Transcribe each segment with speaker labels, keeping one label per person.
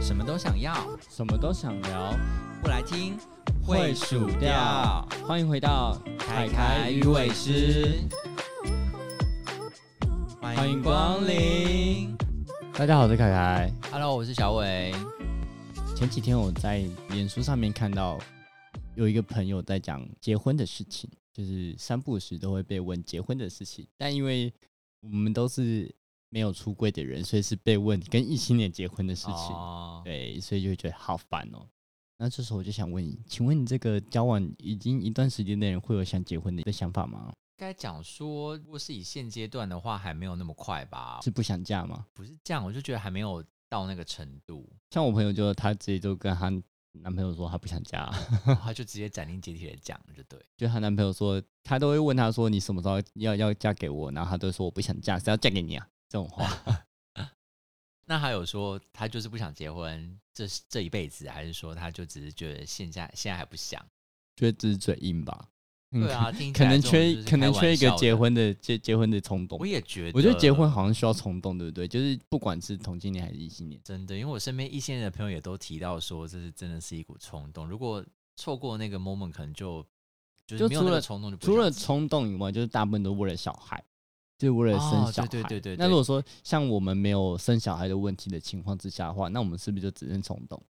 Speaker 1: 什么都想要，
Speaker 2: 什么都想聊，
Speaker 1: 不来听
Speaker 2: 会数掉。欢迎回到
Speaker 1: 凯凯鱼尾狮，
Speaker 2: 欢迎光临。大家好，我是凯凯。
Speaker 1: Hello，我是小伟。
Speaker 2: 前几天我在脸书上面看到有一个朋友在讲结婚的事情，就是三不五时都会被问结婚的事情，但因为我们都是没有出柜的人，所以是被问跟异性恋结婚的事情。
Speaker 1: 哦，
Speaker 2: 对，所以就会觉得好烦哦。那这时候我就想问你，请问你这个交往已经一段时间的人，会有想结婚的一个想法吗？
Speaker 1: 该讲说，如果是以现阶段的话，还没有那么快吧？
Speaker 2: 是不想嫁吗？
Speaker 1: 不是这样，我就觉得还没有到那个程 度，
Speaker 2: 像我朋友就她直接就跟她男朋友说她不想嫁，啊
Speaker 1: 然后就直接斩钉截铁的讲了，就对。
Speaker 2: 就她男朋友说她都会问她说你什么时候要要嫁给我，然后她都说我不想嫁，谁要嫁给你啊？这种 话
Speaker 1: 那还有说他就是不想结婚，这是这一辈子，还是说他就只是觉得现在现在还不想？
Speaker 2: 觉得这是嘴硬吧？嗯
Speaker 1: 对，啊，听起
Speaker 2: 可
Speaker 1: 来
Speaker 2: 能
Speaker 1: 这种就
Speaker 2: 缺
Speaker 1: 是
Speaker 2: 可能
Speaker 1: 开玩
Speaker 2: 缺一个
Speaker 1: 笑
Speaker 2: 结
Speaker 1: 的，
Speaker 2: 婚的结结婚的冲动
Speaker 1: 我。也觉得，
Speaker 2: 我觉得结婚好像需要冲动，对不对？就是不管是同性恋还是异性恋，
Speaker 1: 真的，因为我身边一些人的朋友也都提到说，这是真的是一股冲动，如果错过那个 moment，可能就就是
Speaker 2: 就
Speaker 1: 没有那
Speaker 2: 除
Speaker 1: 个
Speaker 2: 了
Speaker 1: 冲动就不
Speaker 2: 除
Speaker 1: 想
Speaker 2: 了
Speaker 1: 结
Speaker 2: 冲动以外，就是大部分都为了小孩，就是为了生
Speaker 1: 哦
Speaker 2: 小孩。
Speaker 1: 对对对对
Speaker 2: 那
Speaker 1: 对
Speaker 2: 如果说像我们没有生小孩的问题的情况之下的话，那我们是不是就只能冲动？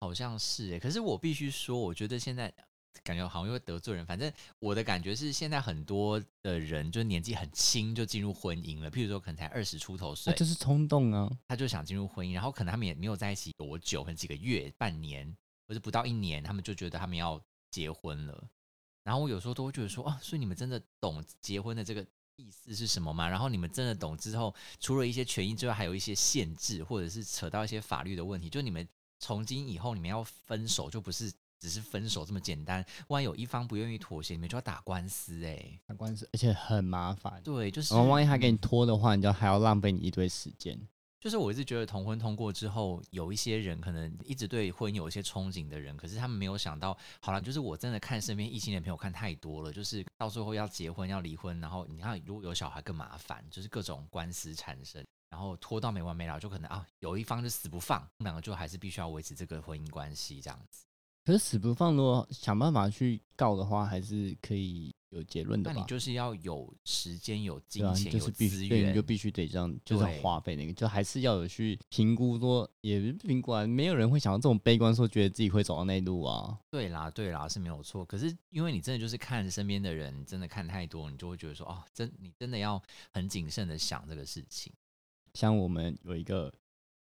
Speaker 1: 好像是欸诶，可是我必须说，我觉得现在感觉好像又会得罪人。反正我的感觉是，现在很多的人就是年纪很轻就进入婚姻了，譬如说可能才二十出头
Speaker 2: 那
Speaker 1: 岁，
Speaker 2: 就是冲动啊！
Speaker 1: 他就想进入婚姻，然后可能他们也没有在一起多久，可能几个月、半年，或者不到一年，他们就觉得他们要结婚了。然后我有时候都会觉得说，啊，所以你们真的懂结婚的这个意思是什么吗？然后你们真的懂之后，除了一些权益之外，还有一些限制，或者是扯到一些法律的问题。就你们从今以后，你们要分手，就不是只是分手这么简单。万一有一方不愿意妥协，你们就要打官司、欸。
Speaker 2: 打官司，而且很麻烦。
Speaker 1: 对，就是
Speaker 2: 然哦后万一他给你拖的话，你就还要浪费你一堆时间。
Speaker 1: 就是我一直觉得同婚通过之后，有一些人可能一直对婚有一些憧憬的人，可是他们没有想到，好了，就是我真的看身边异性恋朋友看太多了，就是到最后要结婚要离婚，然后你看如果有小孩更麻烦，就是各种官司缠身，然后拖到没完没了，就可能啊有一方就死不放，两个就还是必须要维持这个婚姻关系这样子。
Speaker 2: 可是死不放，如果想办法去告的话，还是可以有结论的
Speaker 1: 那
Speaker 2: 吧？
Speaker 1: 你就是要有时间、有
Speaker 2: 对
Speaker 1: 金
Speaker 2: 啊，你
Speaker 1: 钱、
Speaker 2: 就
Speaker 1: 有
Speaker 2: 是必
Speaker 1: 资
Speaker 2: 须，对，
Speaker 1: 源，
Speaker 2: 你就必须得这样，就是
Speaker 1: 对
Speaker 2: 花费那个，就还是要有去评估说，也不是评估啊，没有人会想到这种悲观，说觉得自己会走到那一路啊。
Speaker 1: 对啦，对啦，是没有错。可是因为你真的就是看身边的人，真的看太多，你就会觉得说，哦，真你真的要很谨慎的想这个事情。
Speaker 2: 像我们有一个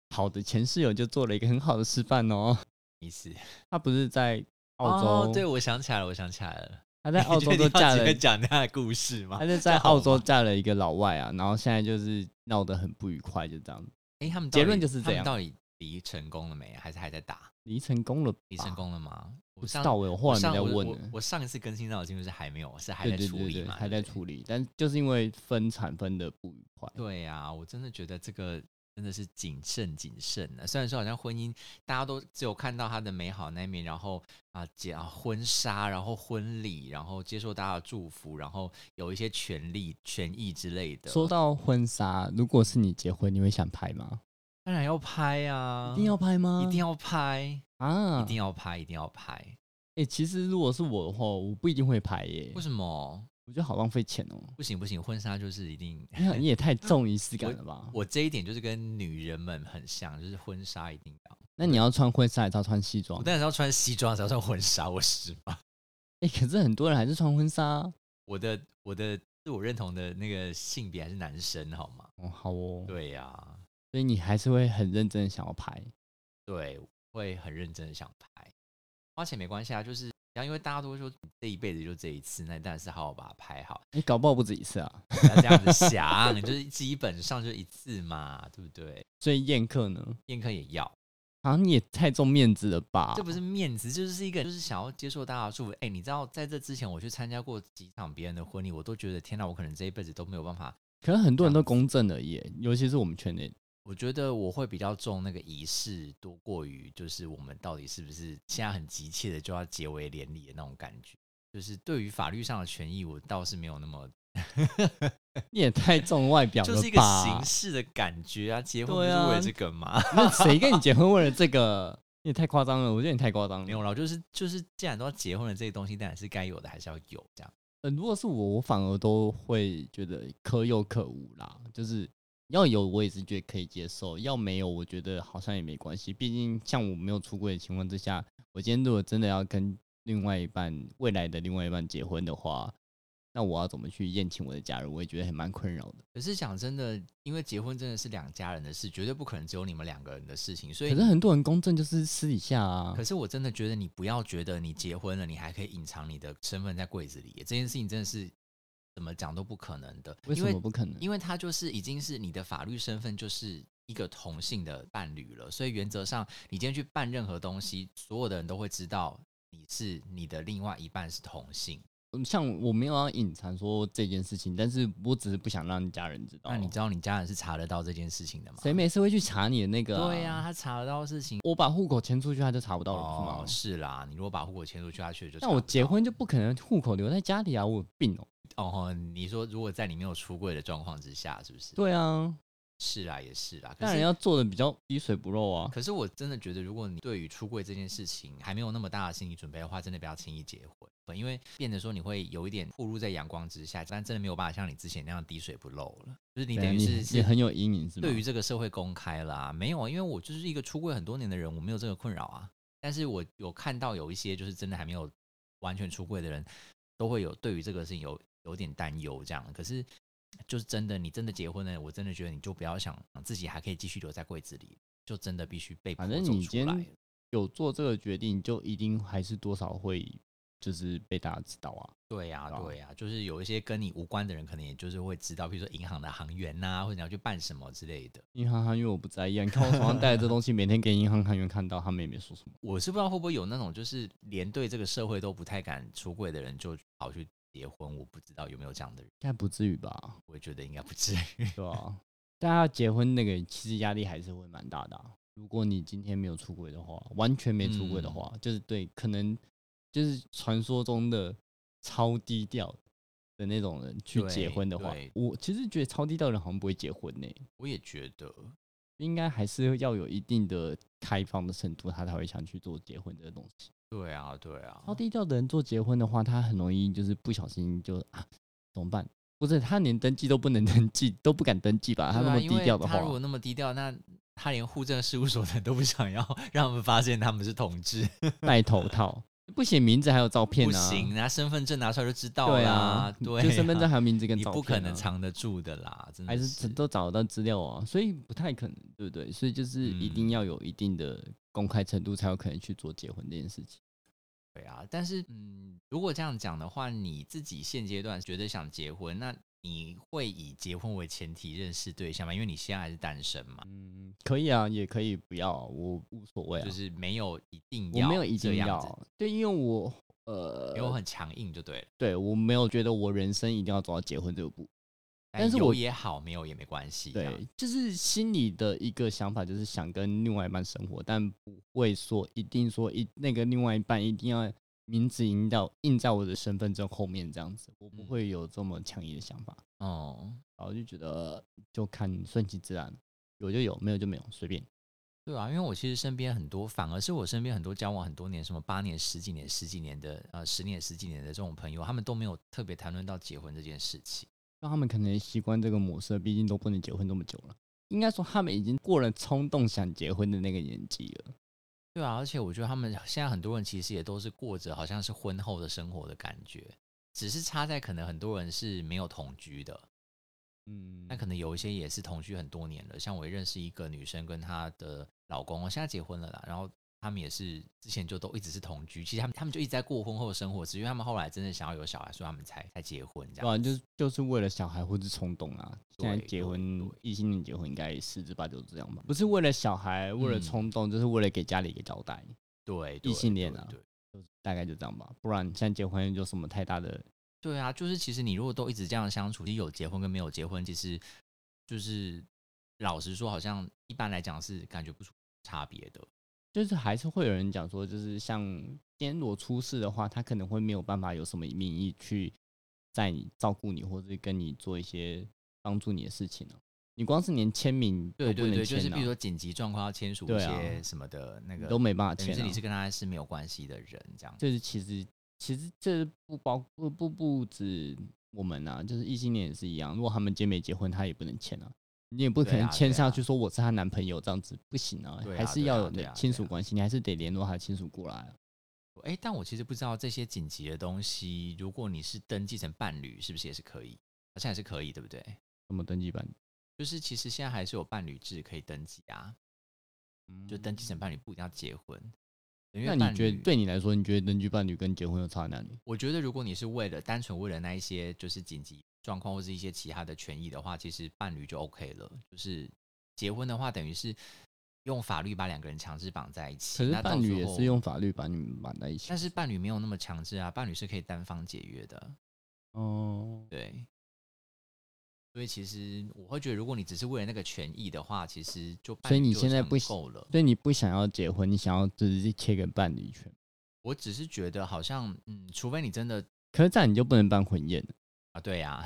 Speaker 2: 好的前室友，就做了一个很好的示范哦。
Speaker 1: 意思
Speaker 2: 他不是在澳洲，
Speaker 1: 哦，对，我想起来了，我想起来了，
Speaker 2: 他在澳洲
Speaker 1: 你确
Speaker 2: 都
Speaker 1: 定要
Speaker 2: 嫁
Speaker 1: 直
Speaker 2: 了
Speaker 1: 接，讲他的故事吗
Speaker 2: 他？就
Speaker 1: 这
Speaker 2: 在
Speaker 1: 样好
Speaker 2: 澳洲
Speaker 1: 吗
Speaker 2: 嫁了一个老外啊，然后现在就是闹得很不愉快，就这样。
Speaker 1: 哎，他们
Speaker 2: 结
Speaker 1: 到底
Speaker 2: 论就是
Speaker 1: 他
Speaker 2: 这
Speaker 1: 们
Speaker 2: 样
Speaker 1: 到底离成功了没？还是还在打？
Speaker 2: 离成功了吧，
Speaker 1: 离成功了吗？
Speaker 2: 啊不
Speaker 1: 我
Speaker 2: 知
Speaker 1: 上
Speaker 2: 道，我有后
Speaker 1: 我
Speaker 2: 来没
Speaker 1: 上
Speaker 2: 再
Speaker 1: 我
Speaker 2: 问
Speaker 1: 我
Speaker 2: 了。
Speaker 1: 我上一次更新到的进度是还没有，是还
Speaker 2: 对
Speaker 1: 在
Speaker 2: 对
Speaker 1: 处
Speaker 2: 对
Speaker 1: 理
Speaker 2: 对，
Speaker 1: 嘛？
Speaker 2: 还
Speaker 1: 对
Speaker 2: 在
Speaker 1: 不对
Speaker 2: 处理，但就是因为分产分的不愉快，
Speaker 1: 对呀、我真的觉得这个真的是谨慎谨慎的、虽然说好像婚姻大家都只有看到它的美好那一面，然后啊结啊婚纱，然后婚礼，然后接受大家的祝福，然后有一些权利权益之类的。
Speaker 2: 说到婚纱，如果是你结婚，你会想拍吗？
Speaker 1: 当然要拍啊，
Speaker 2: 一定要拍吗？
Speaker 1: 一定要拍，
Speaker 2: 啊！
Speaker 1: 一定要拍，一定要拍。
Speaker 2: 哎、其实如果是我的话，我不一定会拍耶、
Speaker 1: 为什么
Speaker 2: 我觉得好浪费钱 哦、
Speaker 1: 不行不行？婚纱就是一定。
Speaker 2: 你好你也太重仪式感了吧？
Speaker 1: 我这一点就是跟女人们很像，就是婚纱一定要。
Speaker 2: 那你要穿婚纱还是要穿西装
Speaker 1: 我？当然是要穿西装，才要穿婚纱，我是吗？
Speaker 2: 哎、可是很多人还是穿婚纱啊、
Speaker 1: 我的我的自我认同的那个性别还是男生，好吗？
Speaker 2: 哦，好哦，
Speaker 1: 对呀、
Speaker 2: 所以你还是会很认真的想要拍。
Speaker 1: 对，会很认真的想拍，花钱没关系啊，就是然后因为大家都会说这一辈子就这一次，那当然是好好把它拍好，
Speaker 2: 你、搞不好不止一次啊。
Speaker 1: 不要这样子想， 就是基本上就一次嘛，对不对？
Speaker 2: 所以宴客呢？
Speaker 1: 宴客也要，
Speaker 2: 啊，你也太重面子了吧？
Speaker 1: 这不是面子，就是一个就是想要接受大家的祝福。哎、你知道在这之前我去参加过几场别人的婚礼，我都觉得天哪，我可能这一辈子都没有办法
Speaker 2: 可是很多人
Speaker 1: 这
Speaker 2: 都
Speaker 1: 样子
Speaker 2: 公正而已耶，尤其是我们圈内。
Speaker 1: 我觉得我会比较重那个仪式，多过于就是我们到底是不是现在很急切的就要结为连理的那种感觉。就是对于法律上的权益，我倒是没有那么，
Speaker 2: 你也太重外表了
Speaker 1: 就是一个
Speaker 2: 吧
Speaker 1: 形？式的感觉啊。结婚不
Speaker 2: 对
Speaker 1: 是
Speaker 2: 啊
Speaker 1: 为了这个吗？
Speaker 2: 那谁跟你结婚为了这个？你也太夸张了，我觉得你太夸张了。
Speaker 1: 没有啦，就是就是，既然都要结婚了，这些东西当然是该有的还是要有这样。
Speaker 2: 呃，如果是我，我反而都会觉得可有可无啦。就是要有，我也是觉得可以接受；要没有，我觉得好像也没关系。毕竟像我没有出轨的情况之下，我今天如果真的要跟另外一半未来的另外一半结婚的话，那我要怎么去宴请我的家人？我也觉得还蛮困扰的。
Speaker 1: 可是讲真的，因为结婚真的是两家人的事，绝对不可能只有你们两个人的事情。所以
Speaker 2: 可是很多人公证就是私底下啊
Speaker 1: 可，是我真的觉得你不要觉得你结婚了，你还可以隐藏你的身份在柜子里，这件事情真的是怎么讲都不可能的。
Speaker 2: 为
Speaker 1: 因
Speaker 2: 什么不可能？
Speaker 1: 因为他就是已经是你的法律身份，就是一个同性的伴侣了，所以原则上你今天去办任何东西，所有的人都会知道你是你的另外一半是同性。
Speaker 2: 嗯像我没有要隐藏说这件事情，但是我只是不想让家人知道。啊
Speaker 1: 那你知道你家人是查得到这件事情的吗？
Speaker 2: 谁每次会去查你的那个、啊
Speaker 1: 对呀、他查得到的事情。
Speaker 2: 我把户口迁出去，他就查不到了，
Speaker 1: 哦，
Speaker 2: 是吗？
Speaker 1: 是啦，你如果把户口迁出去，他确实就查
Speaker 2: 但我
Speaker 1: 不
Speaker 2: 结
Speaker 1: 到
Speaker 2: 婚就不可能户口留在家里啊，我有病哦、
Speaker 1: 哦，你说如果在你没有出柜的状况之下，是不是？
Speaker 2: 对啊，
Speaker 1: 是啦，也是啊啦。可
Speaker 2: 当然
Speaker 1: 是，
Speaker 2: 要做的比较滴水不漏啊。
Speaker 1: 可是我真的觉得，如果你对于出柜这件事情还没有那么大的心理准备的话，真的不要轻易结婚，因为变得说你会有一点暴露在阳光之下，但真的没有办法像你之前那样滴水不漏了。就是你
Speaker 2: 对啊
Speaker 1: 等于是
Speaker 2: 你
Speaker 1: 是
Speaker 2: 也很有阴影是吗？
Speaker 1: 对于这个社会公开啦、没有啊，因为我就是一个出柜很多年的人，我没有这个困扰啊。但是我有看到有一些就是真的还没有完全出柜的人，都会有对于这个事情有有点担忧这样。可是就是真的，你真的结婚了，我真的觉得你就不要想自己还可以继续留在柜子里，就真的必须被迫
Speaker 2: 反正
Speaker 1: 走
Speaker 2: 你
Speaker 1: 出
Speaker 2: 今
Speaker 1: 来
Speaker 2: 天有做这个决定，就一定还是多少会就是被大家知道啊。
Speaker 1: 对呀、
Speaker 2: 对啊
Speaker 1: 对呀、就是有一些跟你无关的人，可能也就是会知道，比如说银行的行员呐、或者你要去办什么之类的。
Speaker 2: 银行行员我不在意啊，你看我手上带的这东西， 每天给银行行员看到，他们也没说什么。
Speaker 1: 我是不知道会不会有那种就是连对这个社会都不太敢出柜的人就跑去结婚，我不知道有没有这样的人，
Speaker 2: 应该不至于吧？
Speaker 1: 我觉得应该不至于。
Speaker 2: 对啊，大家结婚那个其实压力还是会蛮大的啊、如果你今天没有出轨的话，完全没出轨的
Speaker 1: 嗯
Speaker 2: 话，就是对，可能就是传说中的超低调的那种人去结
Speaker 1: 对
Speaker 2: 婚的话
Speaker 1: 对，
Speaker 2: 我其实觉得超低调的人好像不会结婚呢、
Speaker 1: 我也觉得，
Speaker 2: 应该还是要有一定的开放的程度，他才会想去做结婚这个东西。
Speaker 1: 对啊，对啊，
Speaker 2: 超低调的人做结婚的话，他很容易就是不小心就啊怎么办？不是他连登记都不能登记，都不敢登记吧？
Speaker 1: 对
Speaker 2: 他那
Speaker 1: 啊
Speaker 2: 么
Speaker 1: 因
Speaker 2: 低
Speaker 1: 为
Speaker 2: 调的话，
Speaker 1: 他如果那么低调，那他连户政事务所的人都不想要 让他们发现他们是同志，
Speaker 2: 戴头套，不写名字还有照片
Speaker 1: 不
Speaker 2: 啊，
Speaker 1: 行，拿身份证拿出来就知道
Speaker 2: 对
Speaker 1: 啦
Speaker 2: 啊，，
Speaker 1: 对
Speaker 2: 就身份证
Speaker 1: 啊
Speaker 2: 还有名字跟
Speaker 1: 你
Speaker 2: 照片、啊，
Speaker 1: 不可能藏得住的啦，真
Speaker 2: 还
Speaker 1: 的
Speaker 2: 是都找得到资料啊，所以不太可能，对不对？所以就是一
Speaker 1: 嗯
Speaker 2: 定要有一定的公开程度，才有可能去做结婚这件事情。
Speaker 1: 对啊，但是嗯，如果这样讲的话，你自己现阶段觉得想结婚，那你会以结婚为前提认识对象吗？因为你现在还是单身嘛，
Speaker 2: 嗯，可以啊，也可以不要啊，我无所谓啊，
Speaker 1: 就是没有一定
Speaker 2: 我
Speaker 1: 要，
Speaker 2: 没有一
Speaker 1: 这
Speaker 2: 定
Speaker 1: 样子，
Speaker 2: 要，啊对，因为我呃
Speaker 1: 没，有很强硬就对了。
Speaker 2: 对我没有觉得我人生一定要走到结婚这个步，但是
Speaker 1: 有
Speaker 2: 我
Speaker 1: 也好，没有也没关系。这样
Speaker 2: 对，就是心里的一个想法，就是想跟另外一半生活，但不会说一定说一那个另外一半一定要名字印到印在我的身份证后面这样子，我不
Speaker 1: 嗯
Speaker 2: 会有这么强烈的想法。
Speaker 1: 哦、
Speaker 2: 然后就觉得就看顺其自然，有就有，没有就没有，随便。
Speaker 1: 对啊，因为我其实身边很多，反而是我身边很多交往很多年，什么八年、十几年、十几年的，呃，十年、十几年的这种朋友，他们都没有特别谈论到结婚这件事情。
Speaker 2: 让他们可能也习惯这个模式，毕竟都不能结婚这么久了。应该说他们已经过了冲动想结婚的那个年纪了。
Speaker 1: 对啊，而且我觉得他们现在很多人其实也都是过着好像是婚后的生活的感觉，只是差在可能很多人是没有同居的，
Speaker 2: 嗯，
Speaker 1: 那可能有一些也是同居很多年了。像我也认识一个女生跟她的老公，哦现在结婚了啦，然后他们也是之前就都一直是同居，其实他们他们就一直在过婚后的生活，只是因为他们后来真的想要有小孩，所以他们才才结婚这
Speaker 2: 对啊，
Speaker 1: 样子。
Speaker 2: 就是就是为了小孩或是冲动啊。现在
Speaker 1: 对
Speaker 2: 结
Speaker 1: 对
Speaker 2: 婚
Speaker 1: 对，
Speaker 2: 异性恋结婚应该十之八九这样吧？不是为了小孩，为了
Speaker 1: 嗯
Speaker 2: 冲动，就是为了给家里一个交代，
Speaker 1: 对，
Speaker 2: 异
Speaker 1: 对
Speaker 2: 性恋
Speaker 1: 对
Speaker 2: 啊
Speaker 1: 对
Speaker 2: 就是大概就这样吧。不然现在结婚有什么太大的？
Speaker 1: 对啊，就是其实你如果都一直这样相处，其实有结婚跟没有结婚，其实就是老实说，好像一般来讲是感觉不出差别的。
Speaker 2: 就是还是会有人讲说，就是像今天如果出事的话，他可能会没有办法有什么名义去在你照顾你，或者是跟你做一些帮助你的事情哦、你光是连签名都
Speaker 1: 对
Speaker 2: 不
Speaker 1: 对
Speaker 2: 能
Speaker 1: 对，就
Speaker 2: 签、啊，
Speaker 1: 是比如说紧急状况要签署一
Speaker 2: 对啊
Speaker 1: 些什么的那个，
Speaker 2: 都没办法
Speaker 1: 等于
Speaker 2: 签、
Speaker 1: 是
Speaker 2: 啊。
Speaker 1: 你是跟他是没有关系的人这样。
Speaker 2: 就是其实其实这不包不不不止我们啊，就是异性恋也是一样。如果他们结没结婚，他也不能签啊，你也不可
Speaker 1: 对啊
Speaker 2: 能签
Speaker 1: 对
Speaker 2: 下
Speaker 1: 啊
Speaker 2: 去说我是她男朋友这样子，不行啊，
Speaker 1: 对啊
Speaker 2: 还是
Speaker 1: 对啊
Speaker 2: 要有
Speaker 1: 对
Speaker 2: 那
Speaker 1: 啊
Speaker 2: 亲
Speaker 1: 对
Speaker 2: 属
Speaker 1: 啊
Speaker 2: 关系，你还是得联络他的亲属过来啊、
Speaker 1: 哎、但我其实不知道这些紧急的东西，如果你是登记成伴侣，是不是也是可以？好像也是可以，对不对？
Speaker 2: 什么登记版，
Speaker 1: 就是其实现在还是有伴侣制可以登记啊，嗯就登记成伴侣不一定要结婚。因
Speaker 2: 那
Speaker 1: 为
Speaker 2: 你
Speaker 1: 伴
Speaker 2: 觉得
Speaker 1: 侣
Speaker 2: 对你来说，你觉得登记伴侣跟结婚有差在哪里？
Speaker 1: 我觉得，如果你是为了单纯为了那一些就是紧急状况或是一些其他的权益的话，其实伴侣就 OK 了。就是结婚的话，等于是用法律把两个人强制绑在一起。
Speaker 2: 可是
Speaker 1: 那到
Speaker 2: 伴侣
Speaker 1: 时
Speaker 2: 也
Speaker 1: 候
Speaker 2: 是，用法律把你们绑在一起。啊
Speaker 1: 但是伴侣没有那么强制啊，伴侣是可以单方解约的。
Speaker 2: 哦，
Speaker 1: 对，所以其实我会觉得，如果你只是为了那个权益的话，其实就伴
Speaker 2: 所以
Speaker 1: 侣
Speaker 2: 你
Speaker 1: 就
Speaker 2: 现
Speaker 1: 是
Speaker 2: 在
Speaker 1: 很
Speaker 2: 不喜
Speaker 1: 够了。
Speaker 2: 所以你不想要结婚，你想要只是切个伴侣圈。
Speaker 1: 我只是觉得好像，嗯，除非你真的
Speaker 2: 可是这样你就不能办婚宴了，
Speaker 1: 啊，对呀、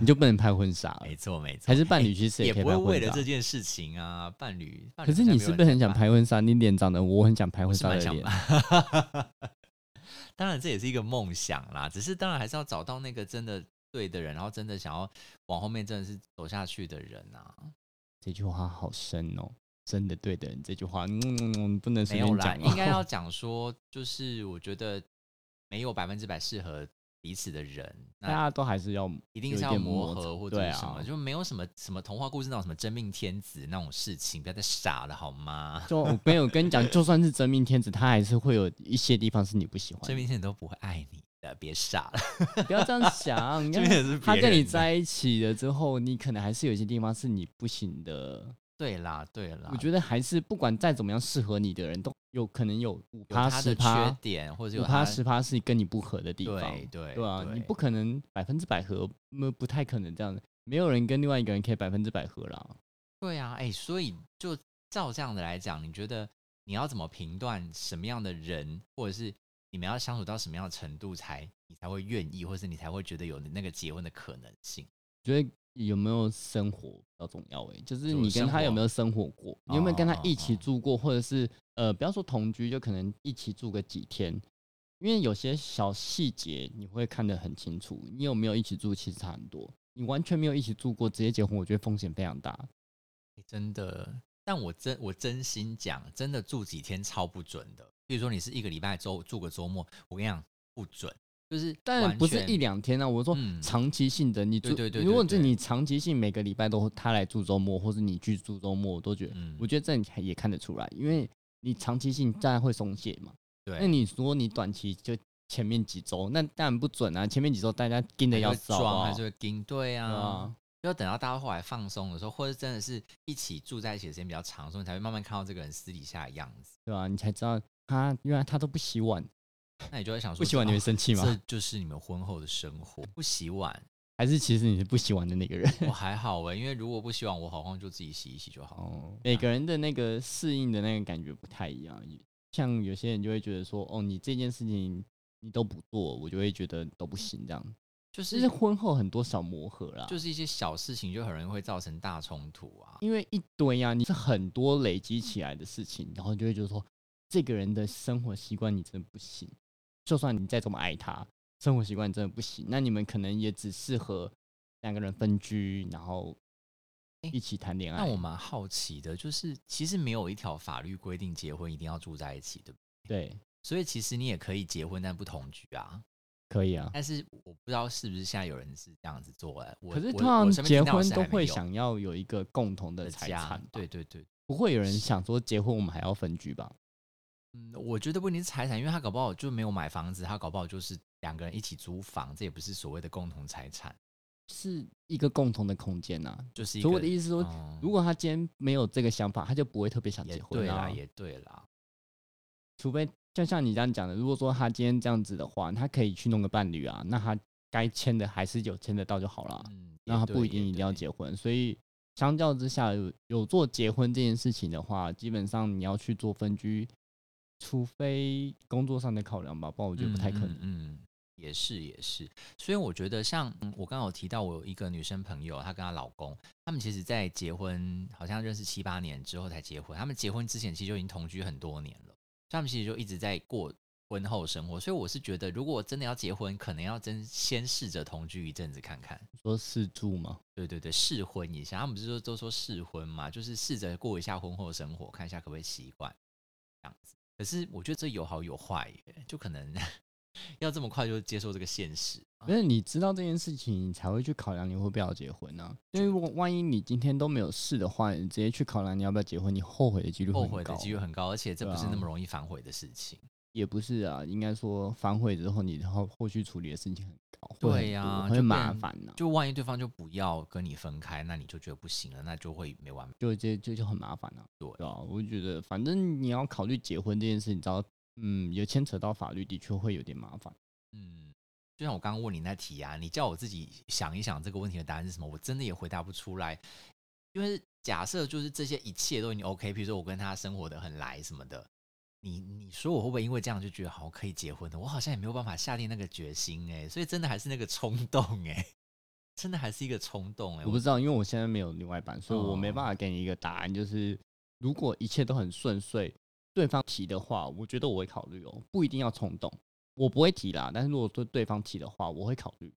Speaker 2: 你就不能拍婚纱了
Speaker 1: 没。错没错，
Speaker 2: 还是伴侣其实
Speaker 1: 哎也
Speaker 2: 可以
Speaker 1: 不
Speaker 2: 拍
Speaker 1: 会
Speaker 2: 婚
Speaker 1: 为了
Speaker 2: 纱
Speaker 1: 这件事情啊，伴侣。伴侣
Speaker 2: 可是
Speaker 1: 好像
Speaker 2: 你
Speaker 1: 没有
Speaker 2: 是不
Speaker 1: 人
Speaker 2: 是
Speaker 1: 在
Speaker 2: 很想
Speaker 1: 办？
Speaker 2: 拍婚纱？你脸长得我很想拍
Speaker 1: 我
Speaker 2: 婚
Speaker 1: 是
Speaker 2: 纱
Speaker 1: 蛮
Speaker 2: 的
Speaker 1: 想
Speaker 2: 脸，
Speaker 1: 办。 当然，这也是一个梦想啦。只是当然还是要找到那个真的对的人，然后真的想要往后面真的是走下去的人啊。
Speaker 2: 这句话好深哦。真的对的人这句话，嗯嗯嗯不能随
Speaker 1: 没有
Speaker 2: 便
Speaker 1: 啦，
Speaker 2: 讲、哦。
Speaker 1: 应该要讲说，就是我觉得没有百分之百适合彼此的人，
Speaker 2: 大
Speaker 1: 那
Speaker 2: 家都还是要
Speaker 1: 一定
Speaker 2: 啊有
Speaker 1: 是
Speaker 2: 一
Speaker 1: 要
Speaker 2: 点
Speaker 1: 磨
Speaker 2: 磨擦
Speaker 1: 合或者
Speaker 2: 对
Speaker 1: 是什么，
Speaker 2: 啊
Speaker 1: 就没有什么什么童话故事那种什么真命天子那种事情，不要再傻了好吗？
Speaker 2: 就我没有跟你讲，就算是真命天子，他还是会有一些地方是你不喜欢的。
Speaker 1: 真命天子都不会爱你的，别傻了。
Speaker 2: 不要这样 想，因
Speaker 1: 真
Speaker 2: 为
Speaker 1: 命天子是
Speaker 2: 他
Speaker 1: 别
Speaker 2: 跟你
Speaker 1: 人的
Speaker 2: 在一起了之后，你可能还是有一些地方是你不行的。
Speaker 1: 对啦，对啊啦，
Speaker 2: 我觉得还是不管再怎么样适合你的人，都有可能有五
Speaker 1: 有
Speaker 2: 趴
Speaker 1: 他
Speaker 2: 十
Speaker 1: 的缺
Speaker 2: 趴，
Speaker 1: 点，或者
Speaker 2: 五
Speaker 1: 有
Speaker 2: 趴
Speaker 1: 他
Speaker 2: 十趴是跟你不合的地方。
Speaker 1: 对对
Speaker 2: 对啊，你不可能百分之百合，那不太可能这样的。没有人跟另外一个人可以百分之百合啦。
Speaker 1: 对啊，哎、所以就照这样的来讲，你觉得你要怎么评断什么样的人，或者是你们要相处到什么样的程度才你才会愿意，或是你才会觉得有那个结婚的可能性？
Speaker 2: 觉得有没有生活比较重要诶、欸就是
Speaker 1: 就
Speaker 2: 你
Speaker 1: 生
Speaker 2: 跟他有
Speaker 1: 活
Speaker 2: 没有生活过，你有没有跟他
Speaker 1: 哦哦
Speaker 2: 一起
Speaker 1: 哦
Speaker 2: 住过，或者是呃，不要说同居，就可能一起住个几天，因为有些小细节你会看得很清楚。你有没有一起住，其实差很多。你完全没有一起住过，直接结婚，我觉得风险非常大。
Speaker 1: 哎真的，但我真我真心讲，真的住几天超不准的。比如说你是一个礼拜周住个周末，我跟你讲不准，就是
Speaker 2: 但
Speaker 1: 完
Speaker 2: 不是
Speaker 1: 全
Speaker 2: 一两天啊，我说
Speaker 1: 嗯
Speaker 2: 长期性的，你住，
Speaker 1: 对对对对
Speaker 2: 如果是
Speaker 1: 对
Speaker 2: 你长期性每个礼拜都他来住周末，或是你去住周末，我都觉得，
Speaker 1: 嗯
Speaker 2: 我觉得这样也看得出来，因为你长期性当然会松懈嘛。
Speaker 1: 对，
Speaker 2: 那你说你短期就前面几周，那当然不准啊，前面几周大家盯的
Speaker 1: 还
Speaker 2: 要
Speaker 1: 是
Speaker 2: 死
Speaker 1: 会
Speaker 2: 好不
Speaker 1: 装
Speaker 2: 好
Speaker 1: 还是会盯，对
Speaker 2: 对
Speaker 1: 啊
Speaker 2: 啊。，
Speaker 1: 要等到大家后来放松的时候，或者真的是一起住在一起的时间比较长的时候，你才会慢慢看到这个人私底下的样子。
Speaker 2: 对啊，你才知道他原来他都不洗碗，
Speaker 1: 那你就会想说，
Speaker 2: 不洗碗你会生气
Speaker 1: 哦这
Speaker 2: 吗？
Speaker 1: 就是你们婚后的生活。不洗碗，
Speaker 2: 还是其实你是不洗碗的那个人？
Speaker 1: 我还好哎、因为如果不洗碗，我好像就自己洗一洗就好了。
Speaker 2: 哦，每个人的那个适应的那个感觉不太一样，像有些人就会觉得说，哦，你这件事情你都不做，我就会觉得都不行
Speaker 1: 嗯
Speaker 2: 这样。
Speaker 1: 就
Speaker 2: 就是
Speaker 1: 是
Speaker 2: 婚后很多小磨合啦，
Speaker 1: 就是一些小事情，就很容易会造成大冲突啊。
Speaker 2: 因为一堆啊，你是很多累积起来的事情，然后你就会觉得说，这个人的生活习惯你真的不行，就算你再怎么爱他，生活习惯真的不行，那你们可能也只适合两个人分居，然后
Speaker 1: 诶
Speaker 2: 一起谈恋爱。
Speaker 1: 那我蛮好奇的，就是其实没有一条法律规定结婚一定要住在一起，对不对？
Speaker 2: 对，
Speaker 1: 所以其实你也可以结婚但不同居啊。
Speaker 2: 可以啊。
Speaker 1: 但是我不知道是不是现在有人是这样子做哎、我
Speaker 2: 可是
Speaker 1: 我
Speaker 2: 通
Speaker 1: 我
Speaker 2: 常
Speaker 1: 身边听
Speaker 2: 结
Speaker 1: 到的
Speaker 2: 婚
Speaker 1: 是
Speaker 2: 都
Speaker 1: 还没
Speaker 2: 会
Speaker 1: 有
Speaker 2: 想要有一个共同的
Speaker 1: 的
Speaker 2: 财
Speaker 1: 家
Speaker 2: 产，
Speaker 1: 对，对对，
Speaker 2: 不会有人想说结婚我们还要分居吧？
Speaker 1: 嗯，我觉得不一定是财产，因为他搞不好就没有买房子，他搞不好就是两个人一起租房，这也不是所谓的共同财产，
Speaker 2: 是一个共同的空间呐、
Speaker 1: 就是一个。
Speaker 2: 所以我的意思是说，
Speaker 1: 嗯
Speaker 2: 如果他今天没有这个想法，他就不会特别想
Speaker 1: 也
Speaker 2: 结婚
Speaker 1: 对
Speaker 2: 啊。
Speaker 1: 啦，也对啦，
Speaker 2: 除非就像你这样讲的，如果说他今天这样子的话，他可以去弄个伴侣啊，那他该签的还是有签得到就好啦。
Speaker 1: 嗯，
Speaker 2: 啊那
Speaker 1: 也
Speaker 2: 他
Speaker 1: 对
Speaker 2: 不一定
Speaker 1: 也
Speaker 2: 一定要
Speaker 1: 对
Speaker 2: 结婚，所以相较之下，有有做结婚这件事情的话，基本上你要去做分居，除非工作上的考量吧，不然我觉得不太可能。
Speaker 1: 嗯嗯嗯也是也是，所以我觉得像嗯我刚刚有提到，我有一个女生朋友，她跟她老公，他们其实在结婚，好像认识七八年之后才结婚。他们结婚之前其实就已经同居很多年了，所以他们其实就一直在过婚后生活。所以我是觉得，如果真的要结婚，可能要真先试着同居一阵子看看。
Speaker 2: 说试住吗？
Speaker 1: 对对对，试婚一下，他们不是说都说试婚嘛，就是试着过一下婚后生活，看一下可不可以习惯这样子。可是我觉得这有好有坏耶，就可能 要这么快就接受这个现实啊
Speaker 2: 因为你知道这件事情，你才会去考量你会不要结婚啊。因为如果万一你今天都没有试的话，你直接去考量你要不要结婚，你后悔的几率会
Speaker 1: 后
Speaker 2: 很
Speaker 1: 悔的
Speaker 2: 高
Speaker 1: 几率很高，而且这
Speaker 2: 对
Speaker 1: 不是
Speaker 2: 啊
Speaker 1: 那么容易反悔的事情。
Speaker 2: 也不是啊，应该说反悔之后，你后后续处理的事情很高，会很
Speaker 1: 对呀
Speaker 2: 多
Speaker 1: 就
Speaker 2: 会
Speaker 1: 变
Speaker 2: 麻烦呐、
Speaker 1: 就万一对方就不要跟你分开，那你就觉得不行了，那就会没完没
Speaker 2: 就这这就很麻烦了、啊，
Speaker 1: 对
Speaker 2: 吧？我就觉得反正你要考虑结婚这件事，你知道，嗯，有牵扯到法律，的确会有点麻烦。
Speaker 1: 嗯，就像我刚刚问你那题啊，你叫我自己想一想这个问题的答案是什么，我真的也回答不出来。因为假设就是这些一切都已经 OK，比如说我跟他生活的很来什么的，你你说我会不会因为这样就觉得好可以结婚的？我好像也没有办法下定那个决心哎、所以真的还是那个冲动哎、真的还是一个冲动哎、
Speaker 2: 我不知道，因为我现在没有另外一半，所以我没
Speaker 1: 哦
Speaker 2: 办法给你一个答案。就是如果一切都很顺遂，对方提的话，我觉得我会考虑哦，不一定要冲动，我不会提啦。但是如果对对方提的话，我会考虑。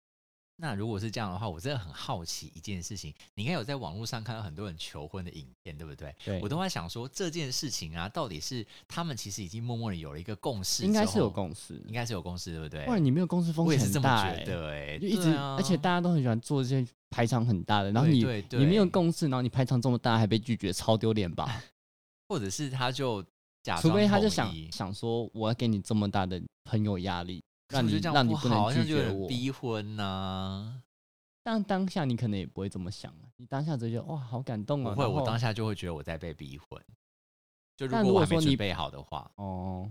Speaker 1: 那如果是这样的话，我真的很好奇一件事情，你应该有在网络上看到很多人求婚的影片，对不对？
Speaker 2: 对
Speaker 1: 我都在想说这件事情啊，到底是他们其实已经默默的有了一个共识，
Speaker 2: 应该是有，共识，
Speaker 1: 应该是有共识，对不对
Speaker 2: 不？然你没有公司风
Speaker 1: 我也
Speaker 2: 险
Speaker 1: 是这
Speaker 2: 很
Speaker 1: 么
Speaker 2: 大、
Speaker 1: 觉
Speaker 2: 欸，
Speaker 1: 得、哎，
Speaker 2: 就一
Speaker 1: 对
Speaker 2: 直，
Speaker 1: 啊
Speaker 2: 而且大家都很喜欢做这些排场很大的，然后
Speaker 1: 对
Speaker 2: 你
Speaker 1: 对
Speaker 2: 你没有
Speaker 1: 对
Speaker 2: 共识，然后你排场这么大还被拒绝，超丢脸吧？
Speaker 1: 或者是他就假装
Speaker 2: 除非他就
Speaker 1: 同
Speaker 2: 想
Speaker 1: 意
Speaker 2: 想说，我要给你这么大的朋友压力，
Speaker 1: 可是我觉
Speaker 2: 让你
Speaker 1: 得这样
Speaker 2: 让你
Speaker 1: 不
Speaker 2: 不能
Speaker 1: 好
Speaker 2: 拒
Speaker 1: 像就有
Speaker 2: 绝
Speaker 1: 点
Speaker 2: 我。
Speaker 1: 逼婚啊呐、
Speaker 2: 但当下你可能也不会这么想，啊你当下直接哇，好感动
Speaker 1: 不
Speaker 2: 啊！
Speaker 1: 会，
Speaker 2: 然
Speaker 1: 我
Speaker 2: 后
Speaker 1: 当下就会觉得我在被逼婚。就如
Speaker 2: 但
Speaker 1: 果
Speaker 2: 如
Speaker 1: 我
Speaker 2: 果
Speaker 1: 还没
Speaker 2: 说
Speaker 1: 准
Speaker 2: 你
Speaker 1: 备好的话，
Speaker 2: 哦，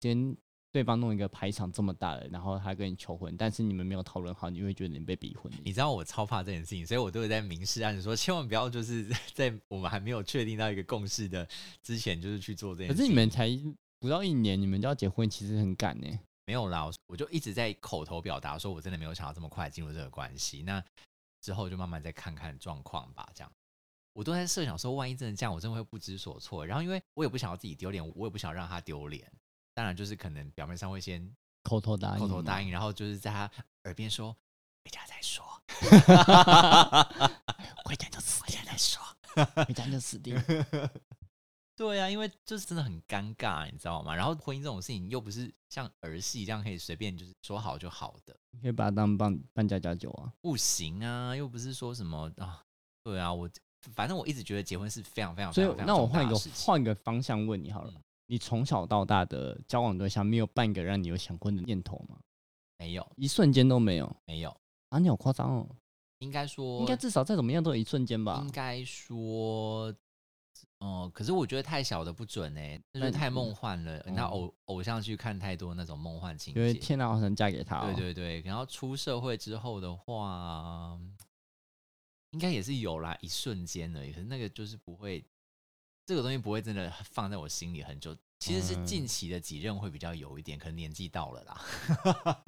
Speaker 2: 今天对方弄一个排场这么大的，然后他跟你求婚，但是你们没有讨论好，你会觉得你被逼婚。
Speaker 1: 你知道我超怕这件事情，所以我都有在明示暗示说，千万不要就是 在我们还没有确定到一个共识的之前，就是去做这件
Speaker 2: 可
Speaker 1: 事。
Speaker 2: 是你们才不到一年，你们就要结婚，其实很赶呢、
Speaker 1: 没有啦，我我就一直在口头表达说，我真的没有想要这么快进入这个关系。那之后就慢慢再看看状况吧，这样。我都在设想说，万一真的这样，我真的会不知所措。然后，因为我也不想要自己丢脸，我也不想让他丢脸。当然，就是可能表面上会先
Speaker 2: 口头答应，
Speaker 1: 口头答
Speaker 2: 应。
Speaker 1: 应，然后就是在他耳边说：“回家再说，
Speaker 2: 回家就死
Speaker 1: 回家再说。”
Speaker 2: 回家就死定。
Speaker 1: 对啊，因为就是真的很尴尬，你知道吗？然后婚姻这种事情又不是像儿戏这样可以随便就是说好就好的，
Speaker 2: 你可以把它当办办家家酒啊。
Speaker 1: 不行啊，又不是说什么啊，对啊，我反正我一直觉得结婚是非常非常
Speaker 2: 所
Speaker 1: 非
Speaker 2: 以
Speaker 1: 常非常
Speaker 2: 那我
Speaker 1: 重大
Speaker 2: 换一
Speaker 1: 的
Speaker 2: 个
Speaker 1: 事情
Speaker 2: 换一个方向问你好了，
Speaker 1: 嗯
Speaker 2: 你从小到大的交往对象没有半个让你有想婚的念头吗？
Speaker 1: 没有
Speaker 2: 一瞬间都没有
Speaker 1: 没有，
Speaker 2: 啊！你好夸张哦，
Speaker 1: 应该说
Speaker 2: 应该至少再怎么样都有一瞬间吧
Speaker 1: 应。该说。哦、可是我觉得太小的不准哎、那
Speaker 2: 那
Speaker 1: 就
Speaker 2: 你
Speaker 1: 太梦幻了。那
Speaker 2: 哦
Speaker 1: 偶偶像剧看太多那种梦幻情
Speaker 2: 因为
Speaker 1: 节，
Speaker 2: 天哪，好想嫁给他、哦。
Speaker 1: 对对对，然后出社会之后的话，应该也是有啦，一瞬间而已。可是那个就是不会，这个东西不会真的放在我心里很久。其实是
Speaker 2: 嗯
Speaker 1: 近期的几任会比较有一点，可能年纪到了啦。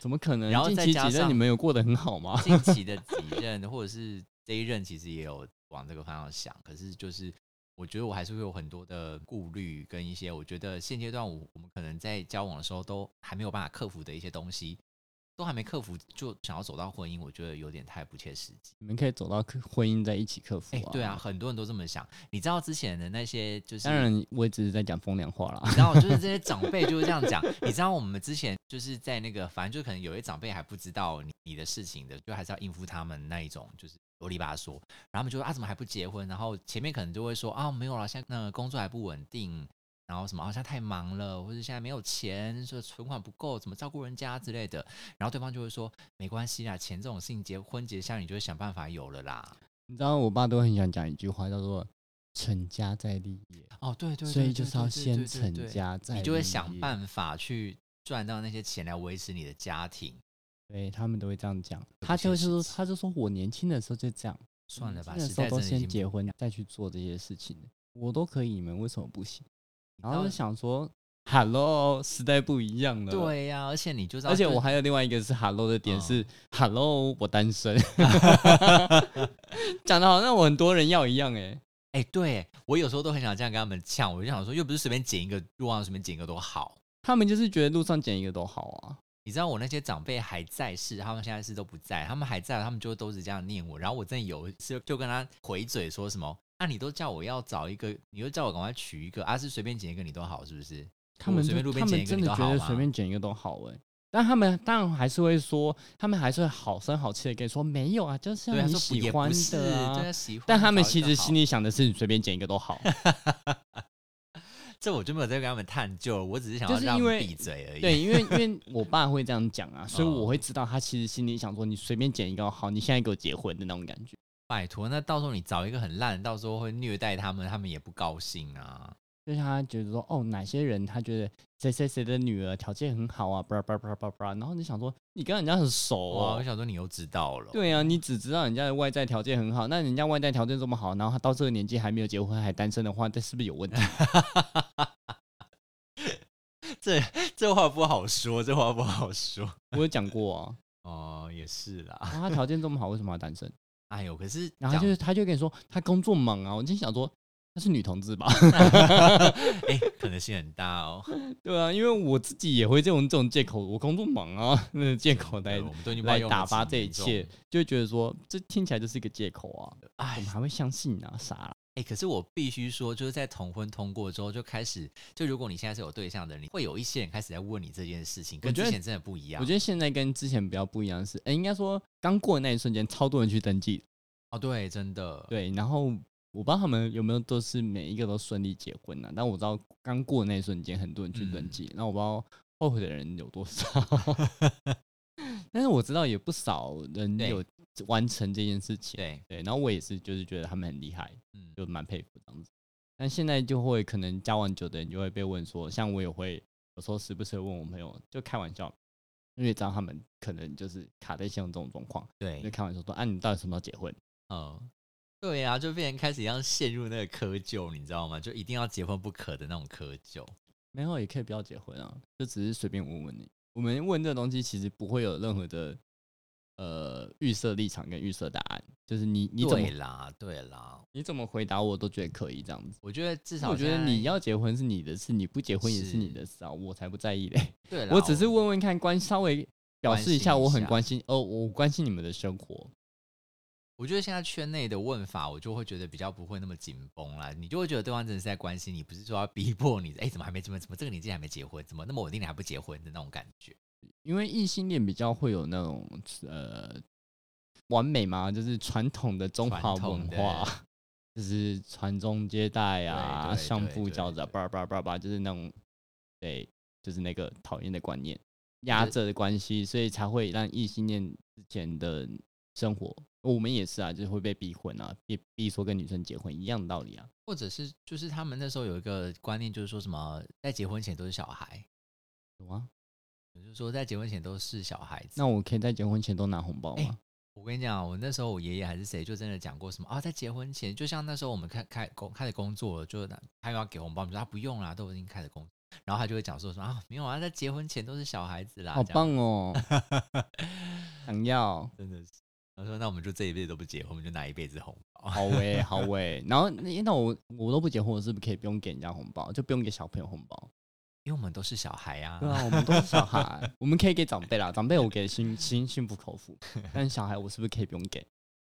Speaker 2: 怎么可能？
Speaker 1: 然后
Speaker 2: 近
Speaker 1: 再
Speaker 2: 期
Speaker 1: 加
Speaker 2: 几任
Speaker 1: 上
Speaker 2: 你们有过得很好吗？
Speaker 1: 近期的几任，或者是这一任，其实也有往这个方向想。可是就是，我觉得我还是会有很多的顾虑跟一些，我觉得现阶段我我们可能在交往的时候都还没有办法克服的一些东西，都还没克服就想要走到婚姻，我觉得有点太不切实际。
Speaker 2: 你们可以走到克婚姻在一起克服
Speaker 1: 哎、
Speaker 2: 啊。
Speaker 1: 对啊，，很多人都这么想。你知道之前的那些就是
Speaker 2: 当然我也只是在讲风凉话啦。
Speaker 1: 你知道，就是这些长辈就是这样讲。你知道我们之前就是在那个，反正就可能有些长辈还不知道你你的事情的，就还是要应付他们那一种，就是啰里吧嗦。然后他们就说啊，怎么还不结婚？然后前面可能就会说啊，没有了，现在那个工作还不稳定，然后什么好像太忙了，或者现在没有钱，说存款不够，怎么照顾人家之类的。然后对方就会说没关系啦，钱这种事情结婚结下你就会想办法有了啦。
Speaker 2: 你知道我爸都很想讲一句话，叫做“成家在立业
Speaker 1: 哦，对”，对对，
Speaker 2: 所以
Speaker 1: 对
Speaker 2: 就是
Speaker 1: 对
Speaker 2: 要
Speaker 1: 对
Speaker 2: 先
Speaker 1: 对对
Speaker 2: 成
Speaker 1: 对
Speaker 2: 家再立业。
Speaker 1: 你就会想办法去赚到那些钱来维持你的家庭。
Speaker 2: 嗯对他们都会这样讲，
Speaker 1: 不
Speaker 2: 他
Speaker 1: 切
Speaker 2: 就
Speaker 1: 实
Speaker 2: 是说，
Speaker 1: 际
Speaker 2: 他就说我年轻的时候就这样，
Speaker 1: 算了吧，
Speaker 2: 那
Speaker 1: 时
Speaker 2: 时候
Speaker 1: 代真
Speaker 2: 都
Speaker 1: 的已
Speaker 2: 先
Speaker 1: 经
Speaker 2: 结婚再去做这些事情，我都可以，你们为什么不行？然后就想说，Hello，时代不一样了。，
Speaker 1: 对啊嗯呀、而且你就知道，
Speaker 2: 而且我还有另外一个是 Hello 的点 是、Hello，我单身， 讲的好像我很多人要一样哎、
Speaker 1: 哎、对我有时候都很想这样跟他们呛，我就想说，又不是随便剪一个路上随便剪一个多好。
Speaker 2: 他们就是觉得路上捡一个都好啊。
Speaker 1: 你知道我那些长辈还在世，他们现在是都不在，他们还在，他们就都是这样念我。然后我真的有一次就跟他回嘴说什么：“啊，你都叫我要找一个，你就叫我赶快娶一个，啊是随便捡一个你都好，是不是？
Speaker 2: 他们
Speaker 1: 我随
Speaker 2: 就
Speaker 1: 便路边
Speaker 2: 他
Speaker 1: 捡
Speaker 2: 们
Speaker 1: 一个
Speaker 2: 真
Speaker 1: 你
Speaker 2: 的
Speaker 1: 都
Speaker 2: 觉
Speaker 1: 好啊
Speaker 2: 得
Speaker 1: 吗
Speaker 2: 随？便捡一个都好哎、但他们当然还是会说，他们还是会好声好气的跟你说没有啊，就是
Speaker 1: 对
Speaker 2: 要
Speaker 1: 啊，
Speaker 2: 你
Speaker 1: 说不
Speaker 2: 喜
Speaker 1: 也
Speaker 2: 欢
Speaker 1: 不是，
Speaker 2: 的
Speaker 1: 对
Speaker 2: 啊
Speaker 1: 啊，。喜欢。
Speaker 2: 但他们其实
Speaker 1: 心
Speaker 2: 心
Speaker 1: 里，
Speaker 2: 里想的是，你随便捡一个都好。
Speaker 1: 这我就没有在跟他们探究了，我只是想要
Speaker 2: 就是
Speaker 1: 让他
Speaker 2: 因
Speaker 1: 们
Speaker 2: 为
Speaker 1: 闭嘴 而已。
Speaker 2: 对，因为因为我爸会这样讲啊，所以
Speaker 1: 哦
Speaker 2: 我会知道他其实心里想说，你随便捡一个都好，你现在给我结婚的那种感觉。
Speaker 1: 拜托，那到时候你找一个很烂，到时候会虐待他们，他们也不高兴啊。
Speaker 2: 就是他觉得说，哦，哪些人他觉得谁谁谁的女儿条件很好啊，叭叭叭叭叭，然后你想说，你跟人家很熟
Speaker 1: 哇，我
Speaker 2: 哦，
Speaker 1: 想说你又知道了，
Speaker 2: 对啊，你只知道人家的外在条件很好，那人家外在条件这么好，然后他到这个年纪还没有结婚还单身的话，这是不是有问题？
Speaker 1: 这话不好说，这话不好说。
Speaker 2: 我有讲过啊，
Speaker 1: 哦，也是啦。
Speaker 2: 然后他条件这么好，为什么要单身？
Speaker 1: 哎呦，可是
Speaker 2: 然后
Speaker 1: 讲
Speaker 2: 就是他就跟你说他工作忙啊，我就想说他是女同志吧？
Speaker 1: 哎、可能性很大哦。
Speaker 2: 对啊，因为我自己也会这种这种借口，我工作忙啊，那个 借口来
Speaker 1: 对哦我们都已经
Speaker 2: 来
Speaker 1: 被用得
Speaker 2: 打发
Speaker 1: 起
Speaker 2: 这一
Speaker 1: 严重
Speaker 2: 切
Speaker 1: 了。，
Speaker 2: 就会觉得说这听起来就是一个借口啊，
Speaker 1: 哎
Speaker 2: 我们还会相信啊？傻啦
Speaker 1: 哎、可是我必须说，就是在同婚通过之后，就开始就如果你现在是有对象的人，你会有一些人开始在问你这件事情，跟
Speaker 2: 我觉
Speaker 1: 之
Speaker 2: 得
Speaker 1: 前真的不一样。
Speaker 2: 我觉得现在跟之前比较不一样的是，哎、应该说刚过的那一瞬间，超多人去登记，
Speaker 1: 哦，对，真的，
Speaker 2: 对，然后我不知道他们有没有都是每一个都顺利结婚啊，但我知道刚过的那一瞬间，很多人去登
Speaker 1: 嗯
Speaker 2: 记，那、我不知道后悔的人有多 少，但是我知道也不少人
Speaker 1: 对
Speaker 2: 有完成这件事情，
Speaker 1: 对，
Speaker 2: 对，然后我也是就是觉得他们很厉害，
Speaker 1: 嗯，
Speaker 2: 就蛮佩服这样子。但现在就会可能交完酒的人就会被问说，像我也会有时候时不时地问我朋友，就开玩笑，因为知道他们可能就是卡在像这种状况，
Speaker 1: 对
Speaker 2: 就，开玩笑说啊，你到底什么时候结婚？
Speaker 1: 嗯，对呀、就变成开始一样陷入那个窠臼，你知道吗？就一定要结婚不可的那种窠臼。
Speaker 2: 没有，也可以不要结婚啊，就只是随便问问你。我们问这个东西其实不会有任何的呃预设立场跟预设答案，就是你你怎么
Speaker 1: 对啦，对啦，
Speaker 2: 你怎么回答我都觉得可以这样子。
Speaker 1: 我觉得至少
Speaker 2: 我觉得
Speaker 1: 现在
Speaker 2: 你要结婚是你的事，你不结婚也是你
Speaker 1: 是
Speaker 2: 的事啊，我才不在意嘞。
Speaker 1: 对啦，
Speaker 2: 我只是问问看，关稍微表示一下，
Speaker 1: 关心一
Speaker 2: 我很
Speaker 1: 下
Speaker 2: 关心哦，我关心你们的生活。
Speaker 1: 我觉得现在圈内的问法，我就会觉得比较不会那么紧绷啦。你就会觉得对方真的是在关心你，不是说要逼迫你。哎、怎么还没怎么怎么这个年纪还没结婚？怎么那么稳定你还不结婚的那种感觉？
Speaker 2: 因为异性恋比较会有那种呃完美嘛，就是传统的中华
Speaker 1: 传统
Speaker 2: 文
Speaker 1: 的
Speaker 2: 化，就是传宗接代啊、
Speaker 1: 对对
Speaker 2: 相
Speaker 1: 对
Speaker 2: 夫
Speaker 1: 对
Speaker 2: 教子啊，
Speaker 1: 对
Speaker 2: 叭叭叭叭，就是那种对，就是那个讨厌的观念压着的关系，所以才会让异性恋之前的生活，我们也是啊，就是会被逼婚啊，逼逼说跟女生结婚一样的道理啊。
Speaker 1: 或者是就是他们那时候有一个观念，就是说什么在结婚前都是小孩，
Speaker 2: 有啊，
Speaker 1: 也就是说在结婚前都是小孩子。
Speaker 2: 那我可以在结婚前都拿红包吗？
Speaker 1: 哎我跟你讲，我那时候我爷爷还是谁，就真的讲过什么啊，在结婚前，就像那时候我们开开工开始工作了，就拿他又要给红包，我们说他不用啦，都已经开始工作，然后他就会讲说什么啊，没有啊，在结婚前都是小孩子啦，
Speaker 2: 好
Speaker 1: 这样
Speaker 2: 棒哦！想要，
Speaker 1: 真的是。他说：“那我们就这一辈子都不结婚，我们就拿一辈子红包。
Speaker 2: 好喂、好喂、然后那那我我都不结婚，我是不是可以不用给人家红包，就不用给小朋友红包？
Speaker 1: 因为我们都是小孩啊。
Speaker 2: 对啊，我们都是小孩， 我们可以给长辈啦，长辈我给心心心服口服，但小孩我是不是可以不用给？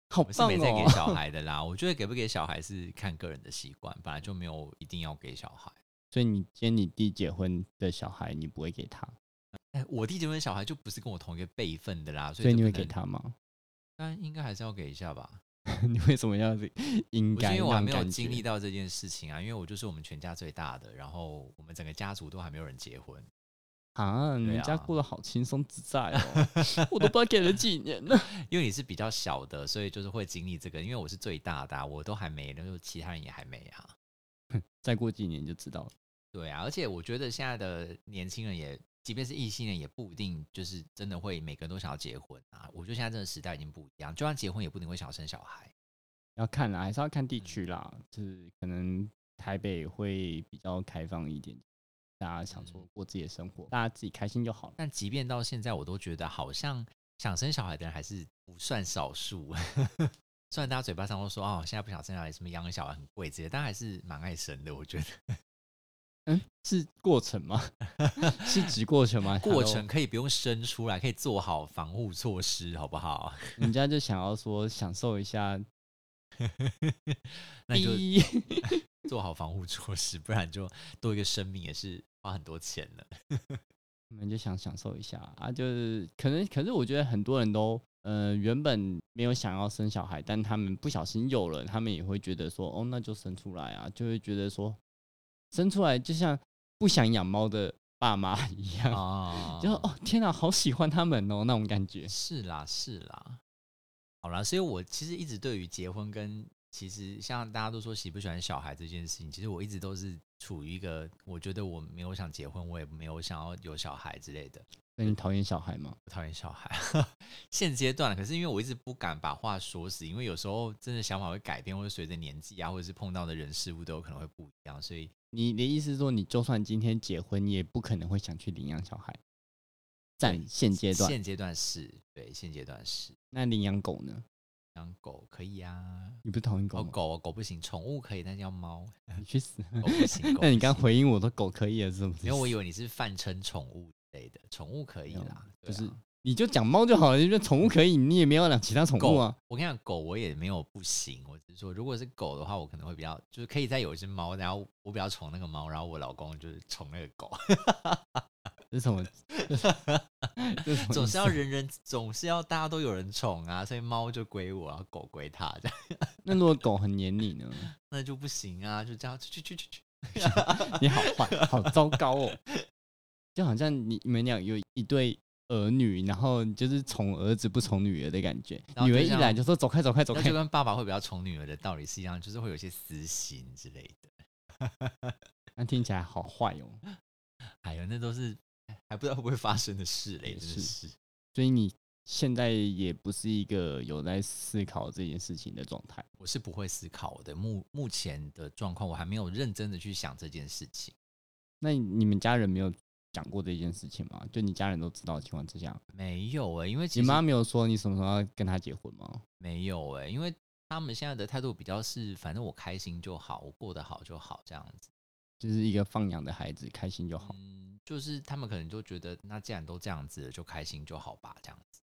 Speaker 2: 好
Speaker 1: 我们是
Speaker 2: 棒
Speaker 1: 没在给
Speaker 2: 哦！
Speaker 1: 小孩的啦。我觉得给不给小孩是看个人的习惯，本来就没有一定要给小孩。
Speaker 2: 所以你今天你弟结婚的小孩，你不会给他，
Speaker 1: 哎，我弟结婚的小孩就不是跟我同一个辈分的啦，所以
Speaker 2: 所以
Speaker 1: 就
Speaker 2: 你
Speaker 1: 不
Speaker 2: 会给
Speaker 1: 能，
Speaker 2: 他吗？
Speaker 1: 但应该还是要给一下吧。
Speaker 2: 你为什么要
Speaker 1: 我
Speaker 2: 应
Speaker 1: 是因
Speaker 2: 该？
Speaker 1: 为我还没有
Speaker 2: 让感
Speaker 1: 经历
Speaker 2: 觉，
Speaker 1: 到这件事情啊，因为我就是我们全家最大的，然后我们整个家族都还没有人结婚。
Speaker 2: 啊，你
Speaker 1: 对
Speaker 2: 们家
Speaker 1: 啊
Speaker 2: 过得好轻松自在哦，我都不知道给了几年 了。
Speaker 1: 因为你是比较小的，所以就是会经历这个。因为我是最大的、啊，我都还没，然后其他人也还没啊。
Speaker 2: 再过几年就知道了。
Speaker 1: 对啊，而且我觉得现在的年轻人也，即便是异性人，也不一定就是真的会每个人都想要结婚啊。我觉得现在这个时代已经不一样，就算结婚也不一定会想要生小孩。嗯
Speaker 2: 要看啦，还是要看地区啦，就是可能台北会比较开放一点，大家想说
Speaker 1: 嗯
Speaker 2: 过自己的生活，大家自己开心就好了。
Speaker 1: 但即便到现在，我都觉得好像想生小孩的人还是不算少数。 虽然大家嘴巴上都说哦，现在不想生小孩，什么养小孩很贵这些，但还是蛮爱生的。我觉得
Speaker 2: 嗯，是过程 吗？是指过程吗？
Speaker 1: 过程可以不用生出来，可以做好防护措施，好不好？
Speaker 2: 人家就想要说享受一下，
Speaker 1: 那你就
Speaker 2: 哔
Speaker 1: 做好防护措施，不然就多一个生命也是花很多钱的。
Speaker 2: 我们就想享受一下啊，就是可能，可是我觉得很多人都，呃，原本没有想要生小孩，但他们不小心有了，他们也会觉得说，哦，那就生出来啊，就会觉得说，生出来就像不想养猫的爸妈 一样，
Speaker 1: 哦
Speaker 2: 就说哦，天哪，好喜欢他们哦，那种感觉。
Speaker 1: 是啦，是啦，好啦，所以我其实一直对于结婚跟其实像大家都说喜不喜欢小孩这件事情，其实我一直都是处于一个我觉得我没有想结婚，我也没有想要有小孩之类的，
Speaker 2: 那你讨厌小孩吗？
Speaker 1: 我讨厌小孩。 现阶段，可是因为我一直不敢把话说死，因为有时候真的想法会改变，或者随着年纪啊，或者是碰到的人事物都有可能会不一样，所以
Speaker 2: 你的意思是说，你就算今天结婚，你也不可能会想去领养小孩，在
Speaker 1: 对
Speaker 2: 现阶段，
Speaker 1: 现阶段是对，现阶段是
Speaker 2: 那领养狗呢？
Speaker 1: 养狗可以啊。
Speaker 2: 你不是讨厌狗
Speaker 1: 哦，
Speaker 2: 吗？
Speaker 1: 狗狗不行，宠物可以，但是要猫。
Speaker 2: 你去死！
Speaker 1: 狗哦不行。狗
Speaker 2: 那你
Speaker 1: 不
Speaker 2: 刚
Speaker 1: 行
Speaker 2: 回应我的狗可以了，是不是？
Speaker 1: 因为我以为你是泛称宠物之类的，宠物可以
Speaker 2: 没有
Speaker 1: 啦，对
Speaker 2: 就是
Speaker 1: 啊
Speaker 2: 你就讲猫就好了，你就宠物可以，你也没有养其他宠物啊。
Speaker 1: 我跟你讲，狗我也没有不行，我只是说，如果是狗的话，我可能会比较，就是可以再有一只猫，然后我比较宠那个猫，然后我老公就是宠那个狗，
Speaker 2: 这是什么？ 这是什么意思
Speaker 1: 总是要人人总是要大家都有人宠啊，所以猫就归我，然后狗归他，这样
Speaker 2: 那如果狗很黏你呢？
Speaker 1: 那就不行啊，就这样去去去去去，
Speaker 2: 你好坏，好糟糕哦！就好像你你们俩有一对儿女，然后你就是宠儿子不宠女儿的感觉。
Speaker 1: 然后
Speaker 2: 女
Speaker 1: 就
Speaker 2: 儿一
Speaker 1: 像
Speaker 2: 来就说走开走开走
Speaker 1: 那
Speaker 2: 开
Speaker 1: 就，跟爸爸会比较宠女儿的道理是一样，就是会有一些私心之类的。
Speaker 2: 那听起来好坏哦。
Speaker 1: 哎呦，那都是还不知道会不会发生的事嘞，
Speaker 2: 也
Speaker 1: 真的
Speaker 2: 是
Speaker 1: 是。
Speaker 2: 所以你现在也不是一个有在思考这件事情的状态。
Speaker 1: 我是不会思考的。目目前的状况，我还没有认真的去想这件事情。
Speaker 2: 那你们家人没有讲过这件事情吗？就你家人都知道的情况之下，
Speaker 1: 没有哎、因为其
Speaker 2: 你
Speaker 1: 实
Speaker 2: 妈没有说你什么时候要跟她结婚吗？
Speaker 1: 没有哎、因为他们现在的态度比较是，反正我开心就好，我过得好就好这样子。
Speaker 2: 就是一个放养的孩子，开心就好。
Speaker 1: 嗯，就是他们可能就觉得，那既然都这样子了，就开心就好吧，这样子。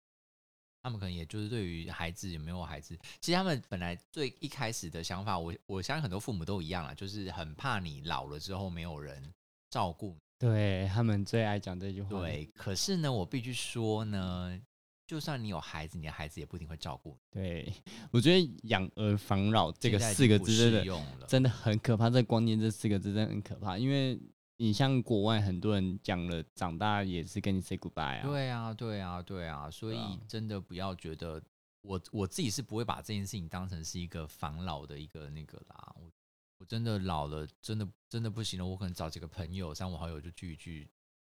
Speaker 1: 他们可能也就是对于孩子有没有孩子，其实他们本来最一开始的想法，我我相信很多父母都一样啦，就是很怕你老了之后没有人照顾你
Speaker 2: 对他们最爱讲这句话。，
Speaker 1: 对，可是呢，我必须说呢，就算你有孩子，你的孩子也不一定会照顾你。
Speaker 2: 对我觉得养儿防老这个
Speaker 1: 现在已
Speaker 2: 四
Speaker 1: 经
Speaker 2: 个
Speaker 1: 不
Speaker 2: 字
Speaker 1: 适
Speaker 2: 真的
Speaker 1: 用了，
Speaker 2: 真的很可怕，这观念这四个字真的很可怕，因为你像国外很多人讲了，长大也是跟你 say goodbye 啊。，
Speaker 1: 对啊，对啊，对啊，所
Speaker 2: 对啊
Speaker 1: 以真的不要觉得我我自己是不会把这件事情当成是一个防老的一个那个啦。我我真的老了，真的真的不行了，我可能找几个朋友、三五好友就聚一聚，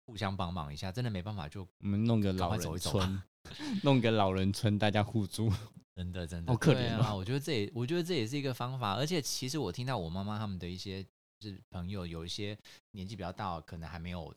Speaker 1: 互相帮忙一下，真的没办法就
Speaker 2: 我们弄个
Speaker 1: 赶
Speaker 2: 老
Speaker 1: 快走
Speaker 2: 人
Speaker 1: 一走吧
Speaker 2: 村， 弄个老人村，大家互助。
Speaker 1: 真的真的
Speaker 2: 好可
Speaker 1: 对
Speaker 2: 怜哦
Speaker 1: 啊！我觉得这也我觉得这也是一个方法，而且其实我听到我妈妈他们的一些就是朋友，有一些年纪比较大，可能还没有，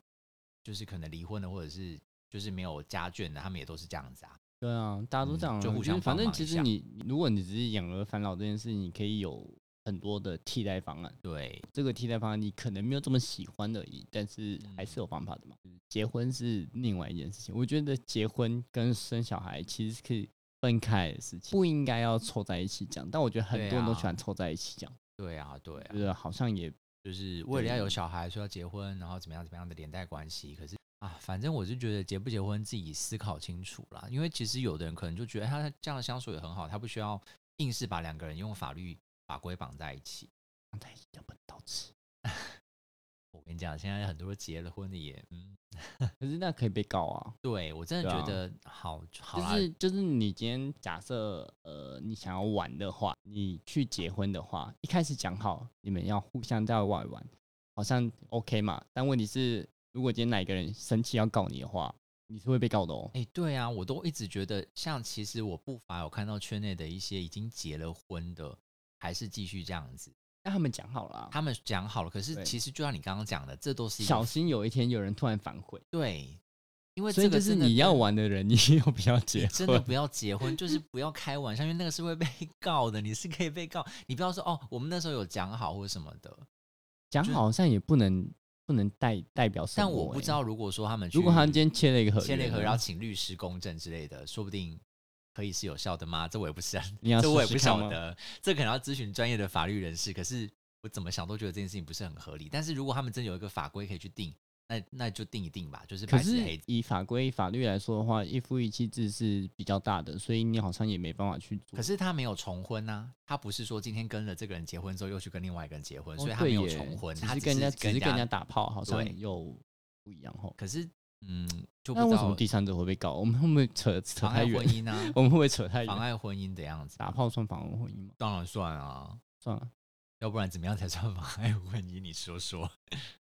Speaker 1: 就是可能离婚的，或者是就是没有家眷的，他们也都是这样子啊。
Speaker 2: 对啊，大家都
Speaker 1: 嗯
Speaker 2: 这样啊、
Speaker 1: 就互
Speaker 2: 是
Speaker 1: 相
Speaker 2: 反
Speaker 1: 帮
Speaker 2: 正
Speaker 1: 忙
Speaker 2: 其
Speaker 1: 一
Speaker 2: 实
Speaker 1: 下
Speaker 2: 你，如果你只是养儿防老这件事，你可以有很多的替代方案。
Speaker 1: 对，
Speaker 2: 这个替代方案你可能没有这么喜欢而已，但是还
Speaker 1: 嗯
Speaker 2: 是有方法的嘛。结婚是另外一件事情，我觉得结婚跟生小孩其实是可以分开的事情，不应该要凑在一起讲。但我觉得很
Speaker 1: 对
Speaker 2: 多人都喜
Speaker 1: 啊
Speaker 2: 欢凑在一起讲，
Speaker 1: 对啊，对啊
Speaker 2: 觉，得好像也
Speaker 1: 就是为了
Speaker 2: 对
Speaker 1: 要有小孩，所以要结婚，然后怎么样怎么样的连带关系。可是啊，反正我是觉得结不结婚自己思考清楚啦，因为其实有的人可能就觉得哎他这样相处也很好，他不需要硬是把两个人用法律法规绑在一起。
Speaker 2: 放在一起就不能到吃。
Speaker 1: 我跟你讲，现在很多结了婚的也，嗯，
Speaker 2: 可是那可以被告啊，
Speaker 1: 对我真的
Speaker 2: 对啊
Speaker 1: 觉得好、好啊啦，
Speaker 2: 就是就是你今天假设呃你想要玩的话，你去结婚的话，一开始讲好你们要互相在外玩，好像 OK 嘛。但问题是，如果今天哪一个人生气要告你的话，你是会被告的哦。
Speaker 1: 哎、对啊，我都一直觉得，像其实我不乏有看到圈内的一些已经结了婚的，还是继续这样子，
Speaker 2: 但他们讲好了啊、
Speaker 1: 他们讲好了，可是
Speaker 2: 对
Speaker 1: 其实就像你刚刚讲的，这都是一个
Speaker 2: 小心有一天有人突然反悔，
Speaker 1: 对，因为
Speaker 2: 所
Speaker 1: 这
Speaker 2: 以
Speaker 1: 个
Speaker 2: 就是
Speaker 1: 真的
Speaker 2: 你要
Speaker 1: 跟
Speaker 2: 玩的人，你也要不要结
Speaker 1: 你真的
Speaker 2: 婚？
Speaker 1: 不要结婚，就是不要开玩笑，因为那个是会被 告的，你是可以被告。你不要说哦，我们那时候有讲好或什么的。
Speaker 2: 讲
Speaker 1: 就是
Speaker 2: 好像也不能不能代代表什么、
Speaker 1: 但我不知
Speaker 2: 欸，
Speaker 1: 道，如果说他们
Speaker 2: 如果他们
Speaker 1: 去
Speaker 2: 今天签了一个合约呢，
Speaker 1: 签了一个合约，然后请律师公证之类的，说不定可以是有效的吗？这我也不是，
Speaker 2: 你要
Speaker 1: 这我也
Speaker 2: 试
Speaker 1: 不
Speaker 2: 试看
Speaker 1: 晓
Speaker 2: 吗
Speaker 1: 得，这可能要咨询专业的法律人士。可是我怎么想都觉得这件事情不是很合理。但是如果他们真的有一个法规可以去定，那那就定一定吧，就是
Speaker 2: 可
Speaker 1: 白纸黑
Speaker 2: 是
Speaker 1: 字。
Speaker 2: 以法规法律来说的话，一夫一妻制是比较大的，所以你好像也没办法去做。
Speaker 1: 可是他没有重婚呐、他不是说今天跟了这个人结婚之后又去跟另外一个人结婚，
Speaker 2: 哦
Speaker 1: 所以他
Speaker 2: 对
Speaker 1: 没有
Speaker 2: 耶
Speaker 1: 重婚，
Speaker 2: 只
Speaker 1: 他
Speaker 2: 是跟人家只
Speaker 1: 跟
Speaker 2: 是跟人
Speaker 1: 人
Speaker 2: 家打炮，好像
Speaker 1: 对
Speaker 2: 又不一样吼。
Speaker 1: 可是嗯，就不
Speaker 2: 那
Speaker 1: 知
Speaker 2: 为
Speaker 1: 道
Speaker 2: 什么第三者会被告？ 我们会不会扯扯
Speaker 1: 妨
Speaker 2: 太
Speaker 1: 碍
Speaker 2: 远
Speaker 1: 婚？姻呢、啊
Speaker 2: 我们会不会扯太
Speaker 1: 妨
Speaker 2: 远？
Speaker 1: 碍婚姻的样 子，
Speaker 2: 打炮算妨碍婚姻吗？
Speaker 1: 当然算啊，
Speaker 2: 算了，
Speaker 1: 要不然怎么样才算妨碍婚姻？你说说，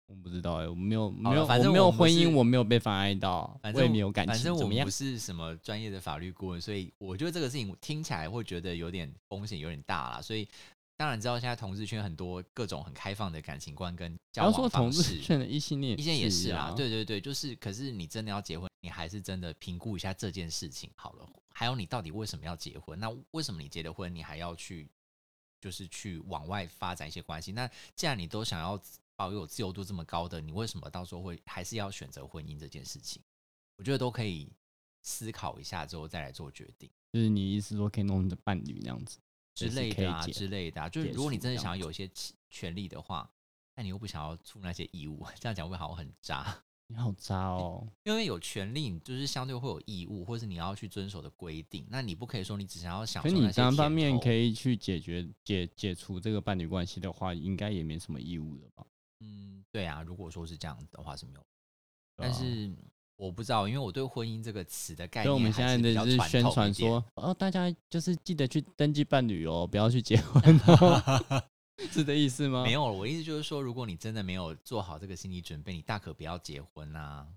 Speaker 2: 我不知道哎、我没有
Speaker 1: 好
Speaker 2: 没
Speaker 1: 了
Speaker 2: 有
Speaker 1: 反正
Speaker 2: 我没有
Speaker 1: 我们
Speaker 2: 婚
Speaker 1: 是
Speaker 2: 姻，我没有被妨碍到，
Speaker 1: 反
Speaker 2: 哦我
Speaker 1: 正
Speaker 2: 也没有感情，
Speaker 1: 反正
Speaker 2: 怎
Speaker 1: 我
Speaker 2: 么
Speaker 1: 们
Speaker 2: 样
Speaker 1: 不？是什么专业的法律顾问，所以我觉得这个事情我听起来会觉得有点风险有点大啦，所以。当然知道现在同志圈很多各种很开放的感情观跟
Speaker 2: 不
Speaker 1: 交
Speaker 2: 要说
Speaker 1: 往
Speaker 2: 同
Speaker 1: 方
Speaker 2: 志
Speaker 1: 式，
Speaker 2: 圈的异性恋，
Speaker 1: 意见也是
Speaker 2: 啊
Speaker 1: 啊，，对对对，就是，可是你真的要结婚，你还是真的评估一下这件事情好了。还有你到底为什么要结婚？那为什么你结了婚，你还要去，就是去往外发展一些关系？那既然你都想要保有自由度这么高的，你为什么到时候会还是要选择婚姻这件事情？我觉得都可以思考一下之后再来做决定
Speaker 2: 就是你意思说可以弄你的伴侣那样子
Speaker 1: 之
Speaker 2: 就是
Speaker 1: 类
Speaker 2: 可以
Speaker 1: 的啊，
Speaker 2: 解
Speaker 1: 之类的啊。就是
Speaker 2: 解
Speaker 1: 如果你
Speaker 2: 束
Speaker 1: 真的
Speaker 2: 这样
Speaker 1: 想要有一些权利的话，那你又不想要负那些义务， 这样讲会好像很渣。
Speaker 2: 你好渣哦！
Speaker 1: 因为有权利，你就是相对会有义务，或是你要去遵守的规定。那你不可以说你只想要享
Speaker 2: 可
Speaker 1: 受
Speaker 2: 是
Speaker 1: 那
Speaker 2: 你
Speaker 1: 些
Speaker 2: 单方
Speaker 1: 甜
Speaker 2: 面
Speaker 1: 头
Speaker 2: 可，以去解决解解除这个伴侣关系的话，应该也没什么义务了吧？
Speaker 1: 嗯，对啊。如果说是这样的话是没有，
Speaker 2: 对
Speaker 1: 但
Speaker 2: 啊
Speaker 1: 是我不知道，因为我对婚姻这个词的概
Speaker 2: 所以
Speaker 1: 念，
Speaker 2: 我们现在的就是宣传，说，哦，大家就是记得去登记伴侣哦，不要去结婚哦， 是这意思吗？
Speaker 1: 没
Speaker 2: 有，
Speaker 1: 有。我意思就是说，如果你真的没有做好这个心理准备，你大可不要结婚啊。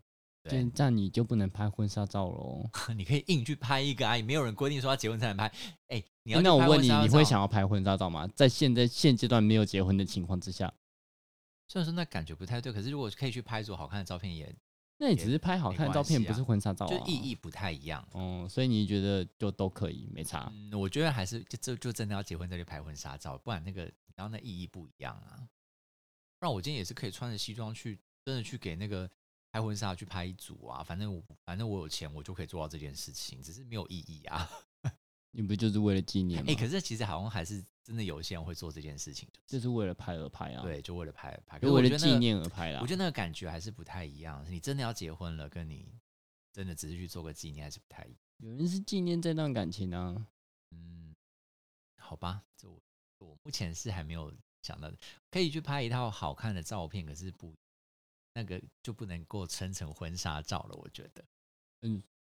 Speaker 2: 这
Speaker 1: 对，
Speaker 2: 样你就不能拍婚纱照喽。
Speaker 1: 你可以硬去拍一个啊，也没有人规定说要结婚才能拍。哎、你要
Speaker 2: 诶
Speaker 1: 去
Speaker 2: 那我
Speaker 1: 拍
Speaker 2: 问
Speaker 1: 婚
Speaker 2: 你，
Speaker 1: 纱
Speaker 2: 你会
Speaker 1: 照
Speaker 2: 想要拍婚纱照吗？在现在现阶段没有结婚的情况之下，
Speaker 1: 虽然说那感觉不太对，可是如果可以去拍出好看的照片也，
Speaker 2: 那你
Speaker 1: 也
Speaker 2: 只是拍好
Speaker 1: 没
Speaker 2: 看的照
Speaker 1: 关系
Speaker 2: 片，不
Speaker 1: 啊
Speaker 2: 是婚纱照、啊，
Speaker 1: 就意义不太一样。
Speaker 2: 嗯，所以你觉得就都可以，没差。
Speaker 1: 嗯，我觉得还是就就就真的要结婚再去拍婚纱照，不然那个然后那意义不一样啊。不然我今天也是可以穿着西装去，真的去给那个拍婚纱去拍一组啊。反正我反正我有钱，我就可以做到这件事情，只是没有意义啊。
Speaker 2: 你不就是为了纪念吗？
Speaker 1: 哎、可是其实好像还是真的有一些人会做这件事情，
Speaker 2: 就是为了拍而拍啊，，
Speaker 1: 对，就为了拍拍。可
Speaker 2: 就是
Speaker 1: 我
Speaker 2: 为
Speaker 1: 觉得
Speaker 2: 了纪
Speaker 1: 那个，
Speaker 2: 念啊而拍啦。
Speaker 1: 我觉得那个感觉还是不太一样。你真的要结婚了，跟你真的只是去做个纪念，还是不太一样。
Speaker 2: 有人是纪念这段感情啊，
Speaker 1: 嗯，好吧，这我我目前是还没有想到的，可以去拍一套好看的照片，可是不那个就不能够称成婚纱照了，我觉得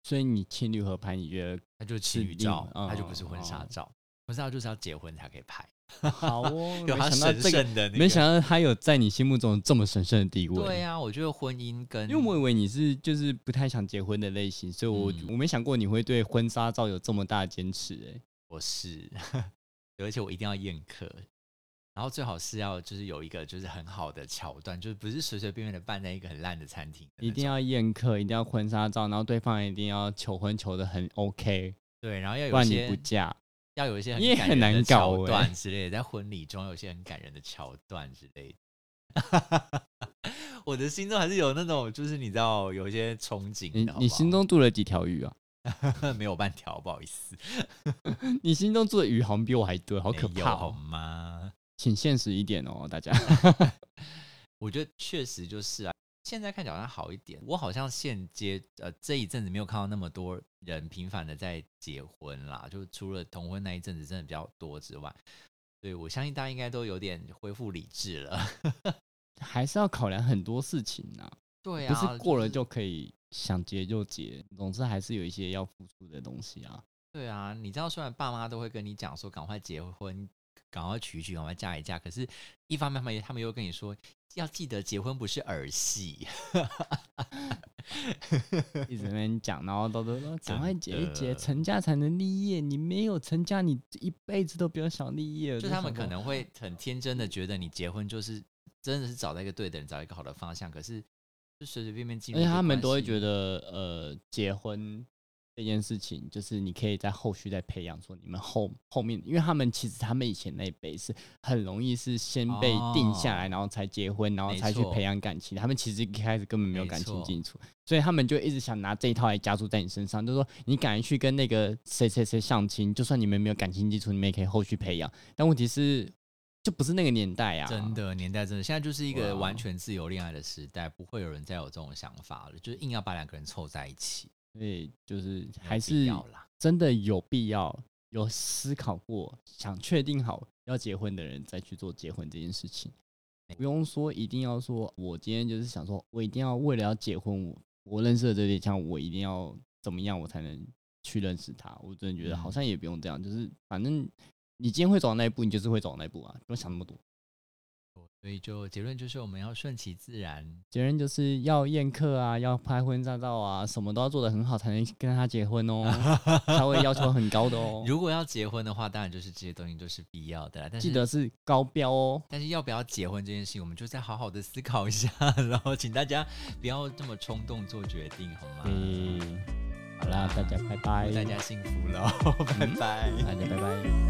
Speaker 2: 所以你情侣合拍，你觉得
Speaker 1: 它就是情侣
Speaker 2: 另
Speaker 1: 照，
Speaker 2: 哦
Speaker 1: 它就不是婚纱
Speaker 2: 哦
Speaker 1: 照，婚纱照就是要结婚才可以拍，
Speaker 2: 好哦
Speaker 1: 有它
Speaker 2: 没想到
Speaker 1: 神
Speaker 2: 这个，
Speaker 1: 圣的那个，
Speaker 2: 没想到他有在你心目中这么神圣的地位。
Speaker 1: 对啊，我觉得婚姻跟
Speaker 2: 因为我以为你是就是不太想结婚的类型，所以我、
Speaker 1: 嗯
Speaker 2: 我没想过你会对婚纱照有这么大的坚持、欸。
Speaker 1: 我是， 而且我一定要宴客，然后最好是要就是有一个就是很好的桥段，就是不是随随便便的办在一个很烂的餐厅的那
Speaker 2: 一
Speaker 1: 种
Speaker 2: 定要宴客，一定要婚纱照，然后对方一定要求婚求的很 OK，
Speaker 1: 对，然后要有一
Speaker 2: 不然你
Speaker 1: 些
Speaker 2: 不嫁。
Speaker 1: 要有一些
Speaker 2: 你也
Speaker 1: 很感
Speaker 2: 很
Speaker 1: 人
Speaker 2: 难
Speaker 1: 的
Speaker 2: 搞
Speaker 1: 桥
Speaker 2: 欸
Speaker 1: 段之类的，在婚礼中有一些很感人的桥段之类的。 我的心中还是有那种，就是你知道有一些憧憬
Speaker 2: 你
Speaker 1: 的好
Speaker 2: 你
Speaker 1: 不好
Speaker 2: 心中住了几条鱼啊？
Speaker 1: 没有半条，不好意思，
Speaker 2: 你心中住的鱼好像比我还多，好可
Speaker 1: 没有
Speaker 2: 怕、
Speaker 1: 好
Speaker 2: 哦！
Speaker 1: 吗？
Speaker 2: 请现实一点哦， 大家。
Speaker 1: 我觉得确实就是啊，现在看起来好像好一点。我好像现阶呃这一阵子没有看到那么多人频繁的在结婚啦，就除了同婚那一阵子真的比较多之外，对我相信大家应该都有点恢复理智了。
Speaker 2: 还是要考量很多事情呐、
Speaker 1: 对
Speaker 2: 不
Speaker 1: 啊，
Speaker 2: 是过了
Speaker 1: 是
Speaker 2: 就可以想结就结，总之还是有 一些要付出的东西啊。
Speaker 1: 对啊，你知道，虽然爸妈都会跟你讲说赶快结婚赶快娶一娶，赶快嫁一嫁。可是，一方面他们也他们又跟你说，要记得结婚不是儿 戏，
Speaker 2: 一直在那边讲，然后都都说赶快结一结，
Speaker 1: 的
Speaker 2: 成家才能立业。你没有成家，你一辈子都不要想立业。我
Speaker 1: 就他们
Speaker 2: 想
Speaker 1: 可
Speaker 2: 说
Speaker 1: 能会很天真
Speaker 2: 嗯
Speaker 1: 的觉得你结婚就是真的是找到一个对的人，找一个好的方向。可是，就随随便便进入
Speaker 2: 而
Speaker 1: 一
Speaker 2: 且
Speaker 1: 个关系，
Speaker 2: 他们都会觉得，呃，结婚这件事情，就是你可以在后续再培养，说你们后后面，因为他们其实他们以前那一辈是很容易是先被定下来，
Speaker 1: 哦
Speaker 2: 然后才结婚，然后
Speaker 1: 没
Speaker 2: 才去
Speaker 1: 错
Speaker 2: 培养感情。他们其实一开始根本没有
Speaker 1: 没
Speaker 2: 感情
Speaker 1: 错
Speaker 2: 基础，所以他们就一直想拿这一套来加注在你身上，就说你敢去跟那个谁谁谁相亲，就算你们没有感情基础，你们也可以后续培养。但问题是，就不是那个年代啊，
Speaker 1: 真的年代真的，现在就是一个
Speaker 2: 哇哦
Speaker 1: 完全自由恋爱的时代，不会有人再有这种想法了，就是硬要把两个人凑在一起，
Speaker 2: 所以就是
Speaker 1: 没有
Speaker 2: 还
Speaker 1: 必
Speaker 2: 是
Speaker 1: 要啦。
Speaker 2: 真的有必要有思考过，想确定好要结婚的人再去做结婚这件事情，不用说一定要说，我今天就是想说，我一定要为了要结婚，我我认识的这对象，我一定要怎么样，我才能去认识他。我真的觉得
Speaker 1: 嗯
Speaker 2: 好像也不用这样，就是反正你今天会走到那一步，你就是会走到那一步啊，不用想那么多。
Speaker 1: 所以就结论就是我们要顺其自然，
Speaker 2: 结论就是要宴客啊，要拍婚纱照啊，什么都要做得很好才能跟他结婚哦，稍微要求很高的哦，
Speaker 1: 如果要结婚的话，当然就是这些东西都是必要的啦。但是
Speaker 2: 记得是高标哦。
Speaker 1: 但是要不要结婚这件事情，我们就再好好的思考一下，然后请大家不要这么冲动做决定，好吗？
Speaker 2: 嗯，好啦，大家拜拜，
Speaker 1: 祝大家幸福喽，拜拜。
Speaker 2: 嗯大家拜拜。